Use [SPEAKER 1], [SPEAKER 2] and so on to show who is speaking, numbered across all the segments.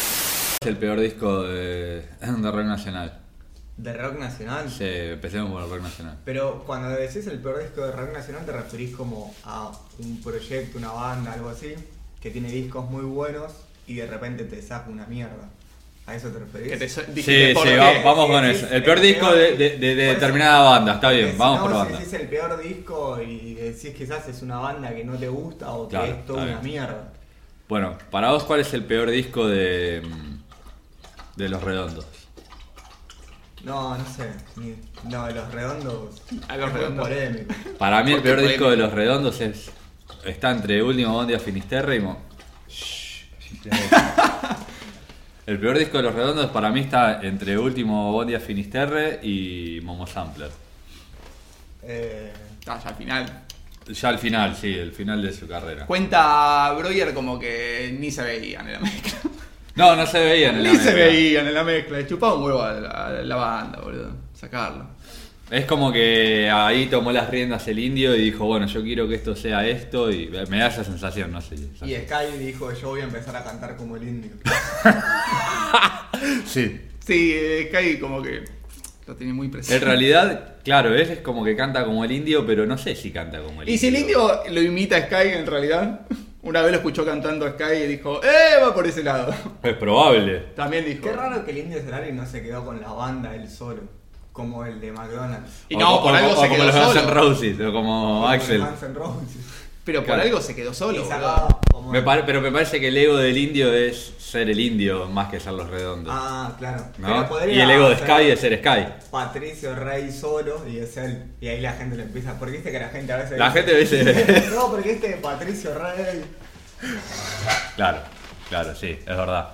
[SPEAKER 1] escuchaste el peor disco de, de rock nacional?
[SPEAKER 2] ¿De rock nacional?
[SPEAKER 1] Sí, empecemos por el rock nacional.
[SPEAKER 2] Pero cuando decís el peor disco de rock nacional, ¿te referís como a un proyecto, una banda, algo así? Que tiene discos muy buenos y de repente te saca una mierda. ¿A eso te referís?
[SPEAKER 3] Que te so-
[SPEAKER 1] Sí,
[SPEAKER 3] dijiste
[SPEAKER 1] sí,
[SPEAKER 3] por qué.
[SPEAKER 1] va- vamos
[SPEAKER 2] Sí,
[SPEAKER 1] con
[SPEAKER 2] sí,
[SPEAKER 1] eso.
[SPEAKER 2] sí,
[SPEAKER 1] El peor
[SPEAKER 2] el
[SPEAKER 1] disco
[SPEAKER 2] peor.
[SPEAKER 1] de, de- de
[SPEAKER 2] Por eso.
[SPEAKER 1] determinada banda, está bien,
[SPEAKER 2] Porque
[SPEAKER 1] vamos
[SPEAKER 2] si
[SPEAKER 1] por
[SPEAKER 2] no,
[SPEAKER 1] banda.
[SPEAKER 2] Si es el peor disco y decís quizás es una banda que no te gusta o
[SPEAKER 1] Claro,
[SPEAKER 2] que es toda
[SPEAKER 1] está
[SPEAKER 2] una mierda.
[SPEAKER 1] Bueno, para vos, ¿cuál es el peor disco de, mm, de Los Redondos?
[SPEAKER 2] No, no sé. ni- no, los redondos.
[SPEAKER 1] Ah,
[SPEAKER 3] A Los
[SPEAKER 2] es muy
[SPEAKER 3] Redondos.
[SPEAKER 2] polémico.
[SPEAKER 1] Para mí, el
[SPEAKER 3] Porque
[SPEAKER 1] peor
[SPEAKER 3] por
[SPEAKER 1] disco
[SPEAKER 3] ahí-
[SPEAKER 1] de Los Redondos es está entre Último Bondi a Finisterre y. Mo- el peor disco de Los Redondos para mí está entre Último Bondi a Finisterre y Momo Sampler.
[SPEAKER 2] Eh,
[SPEAKER 3] Ah, ya al final.
[SPEAKER 1] Ya al final, sí, el final de su carrera.
[SPEAKER 3] Cuenta Breuer como que ni se veían en la mezcla.
[SPEAKER 1] No, no se veía en el
[SPEAKER 3] Ni se
[SPEAKER 1] América.
[SPEAKER 3] veían en la mezcla. Le chupaba un huevo a la, a la banda, boludo. Sacarlo.
[SPEAKER 1] Es como que ahí tomó las riendas el indio y dijo, bueno, yo quiero que esto sea esto y me da esa sensación, no sé. esa-
[SPEAKER 2] y Sky dijo: Yo voy a empezar a cantar como el indio.
[SPEAKER 1] Sí.
[SPEAKER 3] Sí, eh, Kai como que lo tiene muy presente.
[SPEAKER 1] En realidad, claro, él es como que canta como el indio, pero no sé si canta como el indio.
[SPEAKER 3] Y si el indio lo imita a Sky en realidad, una vez lo escuchó cantando a Sky y dijo, ¡eh! Va por ese lado.
[SPEAKER 1] Es probable.
[SPEAKER 3] También dijo.
[SPEAKER 2] Qué raro que el indio Solari no se quedó con la banda él solo, como el de McDonald's.
[SPEAKER 3] Y no, por algo se
[SPEAKER 1] como
[SPEAKER 3] quedó
[SPEAKER 1] los Guns N'
[SPEAKER 3] solo.
[SPEAKER 1] Roses, o como
[SPEAKER 2] Como el
[SPEAKER 1] Axel.
[SPEAKER 2] Guns N' Roses.
[SPEAKER 3] Pero por
[SPEAKER 1] Claro.
[SPEAKER 3] algo se quedó solo.
[SPEAKER 2] Y
[SPEAKER 3] boludo.
[SPEAKER 2] sacaba como-
[SPEAKER 1] Me pare- pero me parece que el ego del indio es ser el indio más que ser los redondos.
[SPEAKER 2] Ah, claro.
[SPEAKER 1] ¿no?
[SPEAKER 2] Pero podría
[SPEAKER 1] Y el ego de
[SPEAKER 2] ser
[SPEAKER 1] Sky es ser Sky.
[SPEAKER 2] Patricio Rey solo y es él. Y ahí la gente le empieza. Porque viste que la gente a veces.
[SPEAKER 1] La gente dice-
[SPEAKER 2] no, porque este de Patricio Rey.
[SPEAKER 1] Claro, claro, sí, es verdad.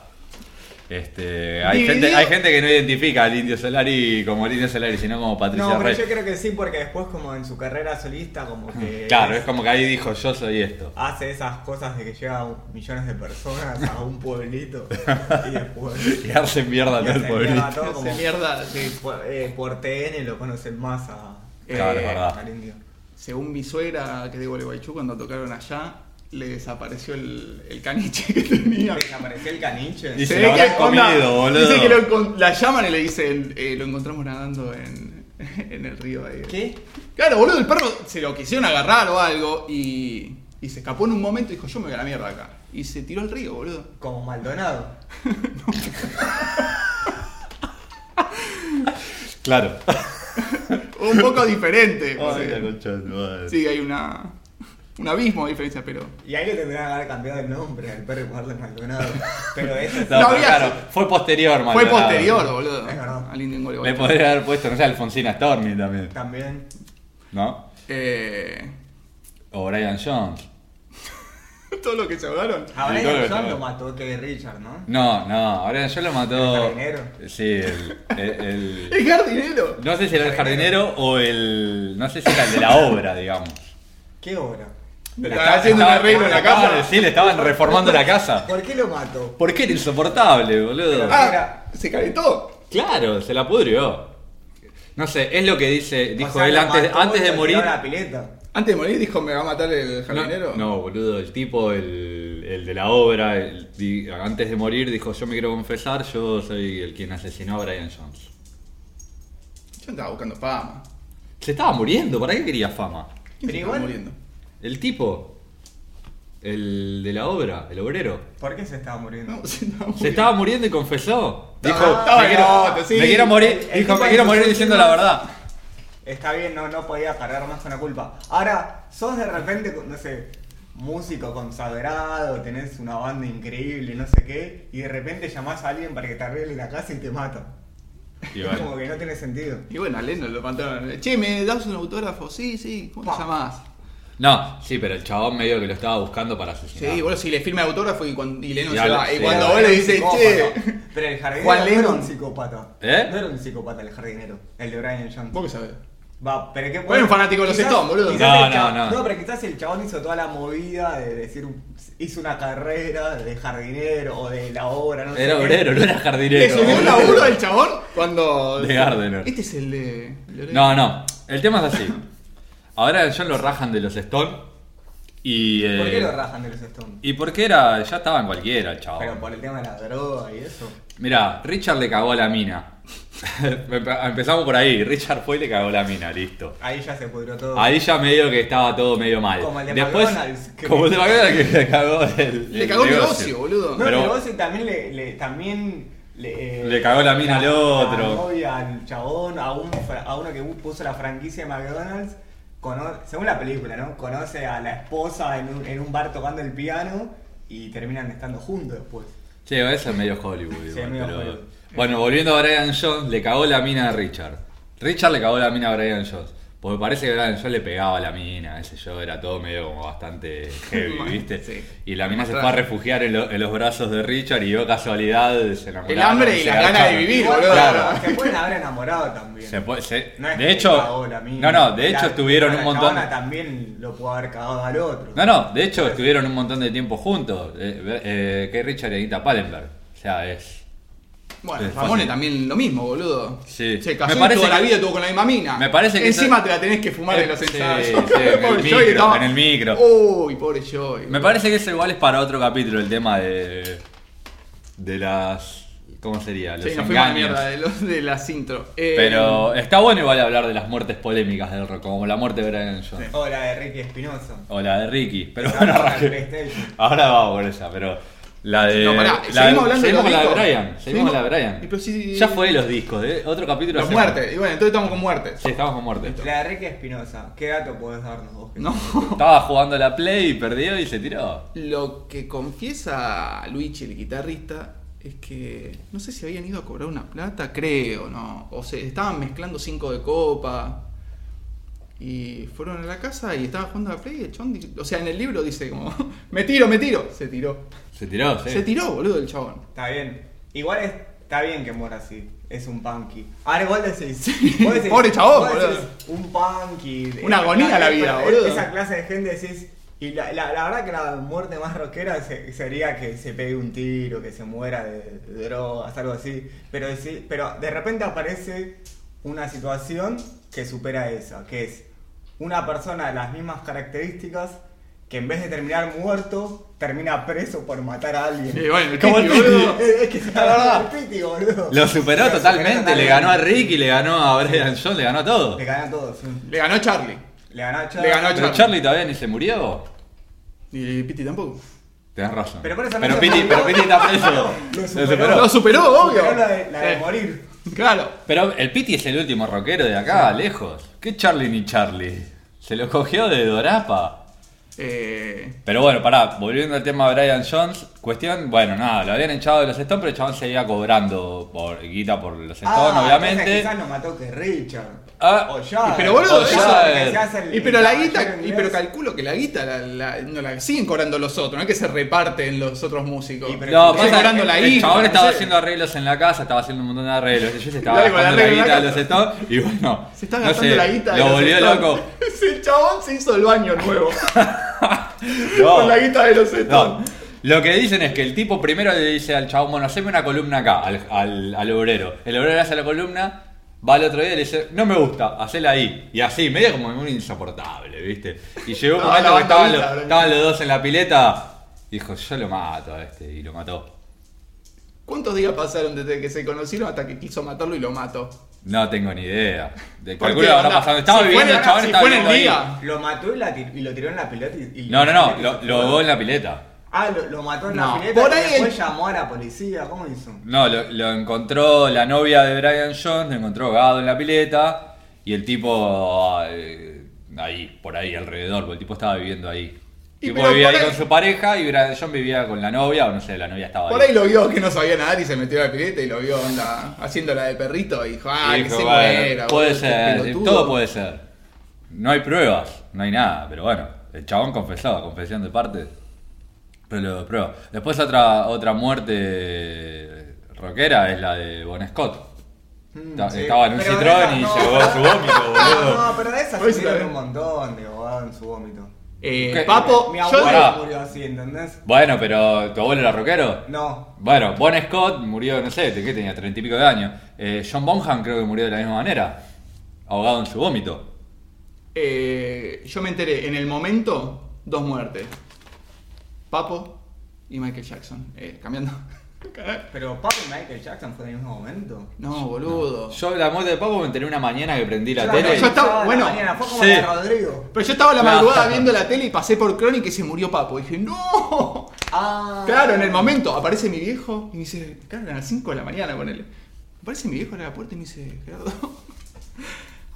[SPEAKER 1] Este, hay,
[SPEAKER 3] Dividido.
[SPEAKER 1] gente, hay gente que no identifica al Indio Solari como el Indio Solari, sino como Patricia
[SPEAKER 2] No, pero
[SPEAKER 1] Rey. Mm,
[SPEAKER 2] yo creo que sí, porque después, como en su carrera solista, como que.
[SPEAKER 1] Claro, es como que ahí dijo yo soy esto.
[SPEAKER 2] Hace esas cosas de que llega millones de personas a un pueblito y después.
[SPEAKER 1] Y hacen mierda a
[SPEAKER 2] Y
[SPEAKER 1] todo el
[SPEAKER 2] hacen mierda a
[SPEAKER 1] pueblito.
[SPEAKER 2] todo,
[SPEAKER 3] Hace
[SPEAKER 2] como-
[SPEAKER 3] mierda, sí.
[SPEAKER 2] Por, eh, por TN lo conocen más a,
[SPEAKER 1] Claro, es
[SPEAKER 3] Eh,
[SPEAKER 1] verdad.
[SPEAKER 2] al indio.
[SPEAKER 3] Según mi suegra, que es de Gualeguaychú, cuando tocaron allá, le desapareció el, el caniche que tenía.
[SPEAKER 2] Desapareció el caniche.
[SPEAKER 1] Y se
[SPEAKER 3] Se ve
[SPEAKER 1] lo habrán
[SPEAKER 3] que, onda,
[SPEAKER 1] comido, boludo.
[SPEAKER 3] Dice que lo encon- la llaman y le dicen, eh, lo encontramos nadando en, en el río ahí.
[SPEAKER 2] ¿Qué?
[SPEAKER 3] Claro, boludo, el perro se lo quisieron agarrar o algo y, y se escapó en un momento y dijo, yo me voy a la mierda acá. Y se tiró al río, boludo.
[SPEAKER 2] Como Maldonado.
[SPEAKER 1] Claro.
[SPEAKER 3] Un poco diferente. o
[SPEAKER 1] Ay,
[SPEAKER 3] sea,
[SPEAKER 1] la concha de tu madre.
[SPEAKER 3] sí, hay una, un abismo de diferencia, pero...
[SPEAKER 2] Y ahí le tendrían que haber cambiado el nombre al perro y ponerle Maldonado. Pero eso es.
[SPEAKER 1] No,
[SPEAKER 3] No
[SPEAKER 1] pero
[SPEAKER 3] había-
[SPEAKER 1] claro, fue posterior,
[SPEAKER 3] Fue
[SPEAKER 1] Maldonado.
[SPEAKER 3] posterior, boludo.
[SPEAKER 2] Es verdad.
[SPEAKER 3] Al indio en
[SPEAKER 1] Le
[SPEAKER 3] Gualeguaychú.
[SPEAKER 1] podría haber puesto, no sé, Alfonsina Storni también,
[SPEAKER 2] También.
[SPEAKER 1] ¿no?
[SPEAKER 3] Eh,
[SPEAKER 1] O Brian Jones.
[SPEAKER 3] todo lo que se ahogaron.
[SPEAKER 2] Ahora
[SPEAKER 1] Y todo
[SPEAKER 2] ya
[SPEAKER 1] lo que-
[SPEAKER 2] lo mató Terry Richard, ¿no?
[SPEAKER 1] No, no, Brian Jones lo mató.
[SPEAKER 2] ¿El jardinero?
[SPEAKER 1] Sí, el- el- el
[SPEAKER 3] ¡Es jardinero!
[SPEAKER 1] No sé si era el jardinero o el. No sé si era el de la obra, digamos.
[SPEAKER 2] ¿Qué obra?
[SPEAKER 3] Estaba haciendo un arreglo en la
[SPEAKER 1] estaban-
[SPEAKER 3] casa.
[SPEAKER 1] Sí, le estaban reformando la casa.
[SPEAKER 2] ¿Por qué lo mató?
[SPEAKER 1] Porque era insoportable, boludo.
[SPEAKER 2] Ah.
[SPEAKER 3] ¡Ah! ¡Se calentó!
[SPEAKER 1] Claro, se la pudrió. No sé, es lo que dice, dijo
[SPEAKER 2] O sea,
[SPEAKER 1] él
[SPEAKER 2] lo
[SPEAKER 1] antes,
[SPEAKER 2] mató
[SPEAKER 1] antes
[SPEAKER 2] y
[SPEAKER 1] de
[SPEAKER 2] lo
[SPEAKER 1] morir.
[SPEAKER 2] tiró a la pileta.
[SPEAKER 3] Antes de morir dijo, ¿me va a matar el
[SPEAKER 1] No,
[SPEAKER 3] jardinero?
[SPEAKER 1] no, boludo, el tipo, el, el de la obra, el- di- antes de morir dijo, yo me quiero confesar, yo soy el quien asesinó a Brian Jones.
[SPEAKER 3] Yo andaba buscando fama.
[SPEAKER 1] Se estaba muriendo, ¿para qué quería fama?
[SPEAKER 3] ¿Quién
[SPEAKER 2] Pero
[SPEAKER 3] se
[SPEAKER 2] igual-
[SPEAKER 3] estaba muriendo?
[SPEAKER 1] El tipo, el de la obra, el obrero.
[SPEAKER 2] ¿Por qué se estaba muriendo?
[SPEAKER 3] No, se estaba muriendo.
[SPEAKER 1] Se estaba muriendo y confesó. Ah, Dijo,
[SPEAKER 3] estaba
[SPEAKER 1] me, quiero,
[SPEAKER 3] loco, sí.
[SPEAKER 1] me quiero morir,
[SPEAKER 2] El
[SPEAKER 1] dijo,
[SPEAKER 2] tipo
[SPEAKER 1] me quiero
[SPEAKER 2] en sus
[SPEAKER 1] morir diciendo la
[SPEAKER 2] últimas-
[SPEAKER 1] verdad.
[SPEAKER 2] Está bien, no, no podía cargar más con la culpa. Ahora, sos de repente, no sé, músico consagrado, tenés una banda increíble, no sé qué, y de repente llamás a alguien para que te arregle la casa y te mata.
[SPEAKER 1] Y
[SPEAKER 2] es
[SPEAKER 1] bueno.
[SPEAKER 2] como que no tiene sentido.
[SPEAKER 3] Y bueno, a Lennon lo mataron. Che, ¿me das un autógrafo? Sí, sí. ¿Cómo
[SPEAKER 2] Pa.
[SPEAKER 3] te llamás?
[SPEAKER 1] No, sí, pero el chabón medio que lo estaba buscando para
[SPEAKER 3] Sí,
[SPEAKER 1] asesinar.
[SPEAKER 3] bueno, si le firma autógrafo y, cuando, y Lennon
[SPEAKER 1] Y
[SPEAKER 3] se
[SPEAKER 1] habla-
[SPEAKER 3] va. Y
[SPEAKER 1] sí.
[SPEAKER 3] cuando
[SPEAKER 2] Pero
[SPEAKER 3] vos le
[SPEAKER 2] era un
[SPEAKER 3] dices,
[SPEAKER 2] psicópata.
[SPEAKER 3] che...
[SPEAKER 2] Pero el jardinero
[SPEAKER 3] Juan
[SPEAKER 2] no era
[SPEAKER 3] Lennon.
[SPEAKER 2] un psicópata.
[SPEAKER 1] ¿Eh?
[SPEAKER 2] No era un psicópata el jardinero, el de Brian Johnson.
[SPEAKER 3] ¿Vos qué sabés?
[SPEAKER 2] Va, pero qué
[SPEAKER 3] Vos eres un fanático de los
[SPEAKER 2] quizás-
[SPEAKER 3] Stones, boludo.
[SPEAKER 2] quizás
[SPEAKER 1] No,
[SPEAKER 2] el chabón-
[SPEAKER 1] no, no.
[SPEAKER 2] pero quizás el chabón hizo toda la movida de decir, hizo una carrera de jardinero o de la obra, no sé.
[SPEAKER 1] Era
[SPEAKER 2] qué.
[SPEAKER 1] obrero, no era
[SPEAKER 3] ¿Le
[SPEAKER 1] jardinero.
[SPEAKER 3] subió un laburo al chabón? Cuando...
[SPEAKER 1] De Gardener.
[SPEAKER 3] Este es el de...
[SPEAKER 1] No, no, el tema es así. Ahora a John lo rajan de los Stone Y,
[SPEAKER 2] ¿Por
[SPEAKER 1] eh,
[SPEAKER 2] qué lo rajan de los Stones?
[SPEAKER 1] Y porque era, ya estaba en cualquiera el chavo.
[SPEAKER 2] Pero por el tema de la droga y eso.
[SPEAKER 1] Mirá, Richard le cagó a la mina. Empe- Empezamos por ahí. Richard fue y le cagó la mina, listo.
[SPEAKER 2] Ahí ya se pudrió todo.
[SPEAKER 1] Ahí ya medio que estaba todo medio mal.
[SPEAKER 2] Como el de
[SPEAKER 1] Después,
[SPEAKER 2] McDonald's, que-
[SPEAKER 1] como el de McDonald's que le cagó el,
[SPEAKER 3] Le cagó el negocio, boludo.
[SPEAKER 2] No,
[SPEAKER 1] pero-
[SPEAKER 2] pero vos también le, le- también le, eh,
[SPEAKER 1] Le cagó la mina al otro.
[SPEAKER 2] La novia, al chabón, a, un fra- a uno que puso la franquicia de McDonald's, cono- según la película, ¿no? Conoce a la esposa en un, en un bar tocando el piano y terminan estando juntos después.
[SPEAKER 1] Sí, eso es medio Hollywood.
[SPEAKER 2] Sí,
[SPEAKER 1] igual,
[SPEAKER 2] medio
[SPEAKER 1] pero-
[SPEAKER 2] Hollywood.
[SPEAKER 1] Bueno, volviendo a Brian Jones, le cagó la mina a Richard. Richard le cagó la mina a Brian Jones. Porque parece que Brian Jones le pegaba a la mina, ese yo, era todo medio como bastante heavy,
[SPEAKER 3] Mal,
[SPEAKER 1] ¿viste?
[SPEAKER 3] sí.
[SPEAKER 1] Y la mina se
[SPEAKER 3] Atrás.
[SPEAKER 1] fue a refugiar en, lo- en los brazos de Richard y yo casualidad se enamoraron.
[SPEAKER 3] El hambre y
[SPEAKER 1] se
[SPEAKER 3] las ganas de
[SPEAKER 1] agacharon.
[SPEAKER 3] vivir,
[SPEAKER 2] Igual,
[SPEAKER 3] boludo.
[SPEAKER 1] Claro.
[SPEAKER 2] Se pueden haber enamorado también.
[SPEAKER 1] Se puede- se-
[SPEAKER 2] No es que
[SPEAKER 1] de hecho,
[SPEAKER 2] le cagó la mina.
[SPEAKER 1] no, no, de hecho
[SPEAKER 2] La-
[SPEAKER 1] estuvieron
[SPEAKER 2] la
[SPEAKER 1] un montón.
[SPEAKER 2] chabona también lo pudo haber cagado al otro.
[SPEAKER 1] No, no, de hecho estuvieron un montón de tiempo juntos. Eh, eh, que Richard y Anita Pallenberg. O sea, es.
[SPEAKER 3] Bueno,
[SPEAKER 1] Es
[SPEAKER 3] Ramone
[SPEAKER 1] fácil.
[SPEAKER 3] también lo mismo, boludo.
[SPEAKER 1] Sí.
[SPEAKER 3] Se casó
[SPEAKER 1] Me
[SPEAKER 3] y
[SPEAKER 1] parece
[SPEAKER 3] toda
[SPEAKER 1] que-
[SPEAKER 3] la vida tuvo con la misma mina.
[SPEAKER 1] Me parece que
[SPEAKER 3] Encima
[SPEAKER 1] eso-
[SPEAKER 3] te la tenés que fumar en los
[SPEAKER 1] Sí,
[SPEAKER 3] ensayos.
[SPEAKER 1] sí, en el
[SPEAKER 3] Pobre
[SPEAKER 1] micro,
[SPEAKER 3] Joey, estaba-
[SPEAKER 1] en el micro.
[SPEAKER 3] Uy, pobre Joey.
[SPEAKER 1] Me parece que eso igual es para otro capítulo, el tema de. de las. ¿Cómo sería? Los
[SPEAKER 3] Sí, nos fuimos a la
[SPEAKER 1] engaños.
[SPEAKER 3] mierda eh. de, los, de las intro. Eh,
[SPEAKER 1] Pero está bueno igual hablar de las muertes polémicas del rock, como la muerte de Brian Jones.
[SPEAKER 2] O la de Ricky Espinosa.
[SPEAKER 1] O la de Ricky. Pero
[SPEAKER 2] Esa
[SPEAKER 1] bueno,
[SPEAKER 2] fue la
[SPEAKER 1] arranqué.
[SPEAKER 2] PlayStation.
[SPEAKER 1] ahora vamos por esa, pero. La de.
[SPEAKER 3] No,
[SPEAKER 1] la
[SPEAKER 3] pará, seguimos hablando de
[SPEAKER 1] seguimos
[SPEAKER 3] los
[SPEAKER 1] con la de
[SPEAKER 3] discos.
[SPEAKER 1] Brian. Seguimos
[SPEAKER 3] Seguimos-
[SPEAKER 1] con la de Brian.
[SPEAKER 3] Y pero si-
[SPEAKER 1] Ya fue de los discos, ¿eh? Otro capítulo
[SPEAKER 3] Los
[SPEAKER 1] hacemos.
[SPEAKER 3] muertes. Y bueno, entonces estamos con muertes.
[SPEAKER 1] Sí, estamos con muertes.
[SPEAKER 2] La de Ricky Espinosa. ¿Qué dato podés darnos vos? que
[SPEAKER 3] No.
[SPEAKER 1] Estaba jugando la play y perdió y se tiró.
[SPEAKER 3] Lo que confiesa Luigi, el guitarrista, es que no sé si habían ido a cobrar una plata, creo, ¿no? O se estaban mezclando cinco de copa. Y fueron a la casa y estaban jugando a la play. y el chabón di- o sea, en el libro dice como, me tiro, me tiro. Se tiró.
[SPEAKER 1] Se tiró, sí.
[SPEAKER 3] Se tiró, boludo, el chabón.
[SPEAKER 2] Está bien. Igual es- está bien que muera así. Es un punky. Ahora igual decís. vos decís-
[SPEAKER 3] Pobre chabón,
[SPEAKER 2] vos decís,
[SPEAKER 3] boludo.
[SPEAKER 2] Un punky.
[SPEAKER 3] Una
[SPEAKER 2] Esa
[SPEAKER 3] agonía
[SPEAKER 2] clase-
[SPEAKER 3] la vida,
[SPEAKER 2] esa-
[SPEAKER 3] boludo.
[SPEAKER 2] Esa clase de gente decís. Y la, la- la verdad que la muerte más rockera se- sería que se pegue un tiro, que se muera de, de drogas, algo así. Pero, decí- pero de repente aparece una situación que supera esa, que es una persona de las mismas características que en vez de terminar muerto, termina preso por matar a alguien.
[SPEAKER 3] Y bueno, el
[SPEAKER 1] Como el
[SPEAKER 3] Piti, boludo.
[SPEAKER 1] Piti.
[SPEAKER 2] Es que se
[SPEAKER 1] La verdad.
[SPEAKER 2] el Piti, boludo.
[SPEAKER 1] Lo superó
[SPEAKER 2] Lo
[SPEAKER 1] totalmente, le
[SPEAKER 2] totalmente.
[SPEAKER 1] ganó a Ricky, le ganó a Brian Jones, le ganó a todo.
[SPEAKER 2] Le ganó a todos. sí.
[SPEAKER 3] Le ganó Charlie.
[SPEAKER 2] Le ganó a Chad.
[SPEAKER 3] Le ganó a
[SPEAKER 1] Pero
[SPEAKER 3] Charlie.
[SPEAKER 1] Charlie todavía ni se murió.
[SPEAKER 3] Y Piti tampoco.
[SPEAKER 1] Tenés razón.
[SPEAKER 2] Pero por eso no
[SPEAKER 1] pero
[SPEAKER 2] se
[SPEAKER 1] Piti,
[SPEAKER 2] murió.
[SPEAKER 1] pero Piti está preso.
[SPEAKER 2] Lo
[SPEAKER 1] Lo
[SPEAKER 2] superó.
[SPEAKER 1] superó.
[SPEAKER 3] Lo superó, obvio.
[SPEAKER 2] Superó la de, la de
[SPEAKER 3] Sí.
[SPEAKER 2] morir.
[SPEAKER 3] Claro.
[SPEAKER 1] Pero el Piti es el último rockero de acá, lejos. ¿Qué Charlie ni Charlie? Se lo cogió de Dorapa.
[SPEAKER 3] Eh,
[SPEAKER 1] Pero bueno, pará, volviendo al tema de Brian Jones, cuestión, bueno, nada, lo habían echado de los Stones, pero el chabón seguía cobrando por guita por los Stones,
[SPEAKER 2] Ah, entonces
[SPEAKER 1] obviamente.
[SPEAKER 2] Quizás lo mató que Richard.
[SPEAKER 1] Ah.
[SPEAKER 2] o ya.
[SPEAKER 3] Y pero boludo,
[SPEAKER 2] o
[SPEAKER 3] eso-
[SPEAKER 2] Jagger, que se hace el-
[SPEAKER 3] Y pero la
[SPEAKER 2] el
[SPEAKER 3] guita,
[SPEAKER 2] caballero
[SPEAKER 3] y pero
[SPEAKER 2] inglés.
[SPEAKER 3] calculo que la guita la, la- no la siguen cobrando los otros, no es que se reparten los otros músicos.
[SPEAKER 2] Y pero-
[SPEAKER 1] No,
[SPEAKER 2] Estoy
[SPEAKER 1] pasa
[SPEAKER 3] cobrando
[SPEAKER 1] que
[SPEAKER 3] la
[SPEAKER 1] el
[SPEAKER 3] hija,
[SPEAKER 1] chabón
[SPEAKER 3] no
[SPEAKER 1] estaba
[SPEAKER 3] sé.
[SPEAKER 1] haciendo arreglos en la casa, estaba haciendo un montón de arreglos. Yo se estaba
[SPEAKER 3] Claro,
[SPEAKER 1] gastando la
[SPEAKER 3] arreglo en la
[SPEAKER 1] guita de los
[SPEAKER 3] casa.
[SPEAKER 1] Stones y bueno.
[SPEAKER 3] se está
[SPEAKER 1] no
[SPEAKER 3] gastando
[SPEAKER 1] sé,
[SPEAKER 3] la guita. de
[SPEAKER 1] Lo
[SPEAKER 3] los
[SPEAKER 1] volvió
[SPEAKER 3] Stones.
[SPEAKER 1] loco.
[SPEAKER 3] Ese chabón se hizo el baño nuevo.
[SPEAKER 1] No.
[SPEAKER 3] Con la guita de los
[SPEAKER 1] No.
[SPEAKER 3] Stones.
[SPEAKER 1] Lo que dicen es que el tipo primero le dice al chabón, bueno, haceme una columna acá, al, al, al obrero. El obrero hace la columna, va al otro día y le dice, no me gusta, hacela ahí. Y así, medio como un insoportable, ¿viste? Y llegó un
[SPEAKER 3] No,
[SPEAKER 1] momento
[SPEAKER 3] la
[SPEAKER 1] que estaban los,
[SPEAKER 3] bandita, bro.
[SPEAKER 1] estaban los dos en la pileta, dijo, yo lo mato a este, y lo mató.
[SPEAKER 3] ¿Cuántos días pasaron desde que se conocieron hasta que quiso matarlo y lo mató?
[SPEAKER 1] No tengo ni idea. De
[SPEAKER 3] ¿Por
[SPEAKER 1] calculo
[SPEAKER 3] qué?
[SPEAKER 1] habrá
[SPEAKER 3] Onda,
[SPEAKER 1] pasado. Estaba
[SPEAKER 3] si
[SPEAKER 1] viviendo
[SPEAKER 3] fuera-
[SPEAKER 1] el chabón,
[SPEAKER 3] si
[SPEAKER 1] estaba
[SPEAKER 3] fuera
[SPEAKER 1] viviendo
[SPEAKER 3] el
[SPEAKER 1] ahí.
[SPEAKER 3] día.
[SPEAKER 2] Lo mató y, la tir- y lo tiró en la pelota. Y, y-
[SPEAKER 1] No, no, no, lo, lo ahogó en la pileta.
[SPEAKER 2] Ah, lo, lo mató en
[SPEAKER 3] No,
[SPEAKER 2] la pileta.
[SPEAKER 3] por
[SPEAKER 2] y
[SPEAKER 3] ahí
[SPEAKER 2] después
[SPEAKER 3] el-
[SPEAKER 2] llamó a la policía. ¿Cómo hizo?
[SPEAKER 1] No, lo, lo encontró la novia de Brian Jones, lo encontró ahogado en la pileta y el tipo eh, ahí, por ahí alrededor, porque el tipo estaba viviendo ahí.
[SPEAKER 3] Y
[SPEAKER 1] El tipo
[SPEAKER 3] pero
[SPEAKER 1] vivía
[SPEAKER 3] por
[SPEAKER 1] ahí
[SPEAKER 3] ahí-
[SPEAKER 1] con su pareja y Brian Jones vivía con la novia, o no sé, la novia estaba
[SPEAKER 3] Por ahí lo vio que no sabía nadar y se metió a la pileta y lo vio onda haciendo la de perrito y dijo, ah,
[SPEAKER 1] Y
[SPEAKER 3] que
[SPEAKER 1] dijo,
[SPEAKER 3] se
[SPEAKER 1] bueno,
[SPEAKER 3] muera.
[SPEAKER 1] Puede
[SPEAKER 3] boludo, este
[SPEAKER 1] ser,
[SPEAKER 3] pelotudo".
[SPEAKER 1] todo puede ser. No hay pruebas, no hay nada, pero bueno, el chabón confesaba, confesión de parte. Pero lo prueba. Después otra, otra muerte rockera es la de Bon Scott.
[SPEAKER 3] Mm,
[SPEAKER 1] Ta-
[SPEAKER 2] sí.
[SPEAKER 1] Estaba en un
[SPEAKER 2] Mm, Pero
[SPEAKER 1] citrón
[SPEAKER 2] esa
[SPEAKER 1] y
[SPEAKER 2] no.
[SPEAKER 1] llegó su vómito, boludo.
[SPEAKER 2] No, pero de esas
[SPEAKER 3] Hoy
[SPEAKER 2] se
[SPEAKER 3] se la
[SPEAKER 2] dieron
[SPEAKER 3] ve.
[SPEAKER 2] un montón de abogado en su vómito.
[SPEAKER 3] Eh,
[SPEAKER 1] ¿Qué?
[SPEAKER 3] Papo,
[SPEAKER 2] Mi
[SPEAKER 3] yo-
[SPEAKER 2] abuelo
[SPEAKER 1] Pará.
[SPEAKER 2] murió así, ¿entendés?
[SPEAKER 1] Bueno, pero ¿tu abuelo era rockero?
[SPEAKER 2] No.
[SPEAKER 1] Bueno, Bon Scott murió, no sé, ¿de ¿qué tenía? Treinta y pico de años. Eh, John Bonham creo que murió de la misma manera. Ahogado en su vómito.
[SPEAKER 3] Eh, yo me enteré en el momento dos muertes. Papo y Michael Jackson. Eh, cambiando.
[SPEAKER 2] Pero Papo y Michael Jackson fue en el mismo momento.
[SPEAKER 3] No, boludo.
[SPEAKER 1] Yo la muerte de Papo me enteré una mañana que prendí la
[SPEAKER 2] Yo
[SPEAKER 1] tele.
[SPEAKER 3] yo estaba-
[SPEAKER 2] la
[SPEAKER 3] bueno,
[SPEAKER 2] mañana, fue como
[SPEAKER 1] sí.
[SPEAKER 2] la de Rodrigo.
[SPEAKER 3] Pero yo estaba a la
[SPEAKER 1] Claro.
[SPEAKER 3] madrugada viendo la tele y pasé por Crónica y se murió Papo. Y dije, ¡No!
[SPEAKER 2] Ah.
[SPEAKER 3] Claro, en el momento aparece mi viejo y me dice, claro, a las 5 de la mañana ponele. Aparece mi viejo a la puerta y me dice, Gerardo,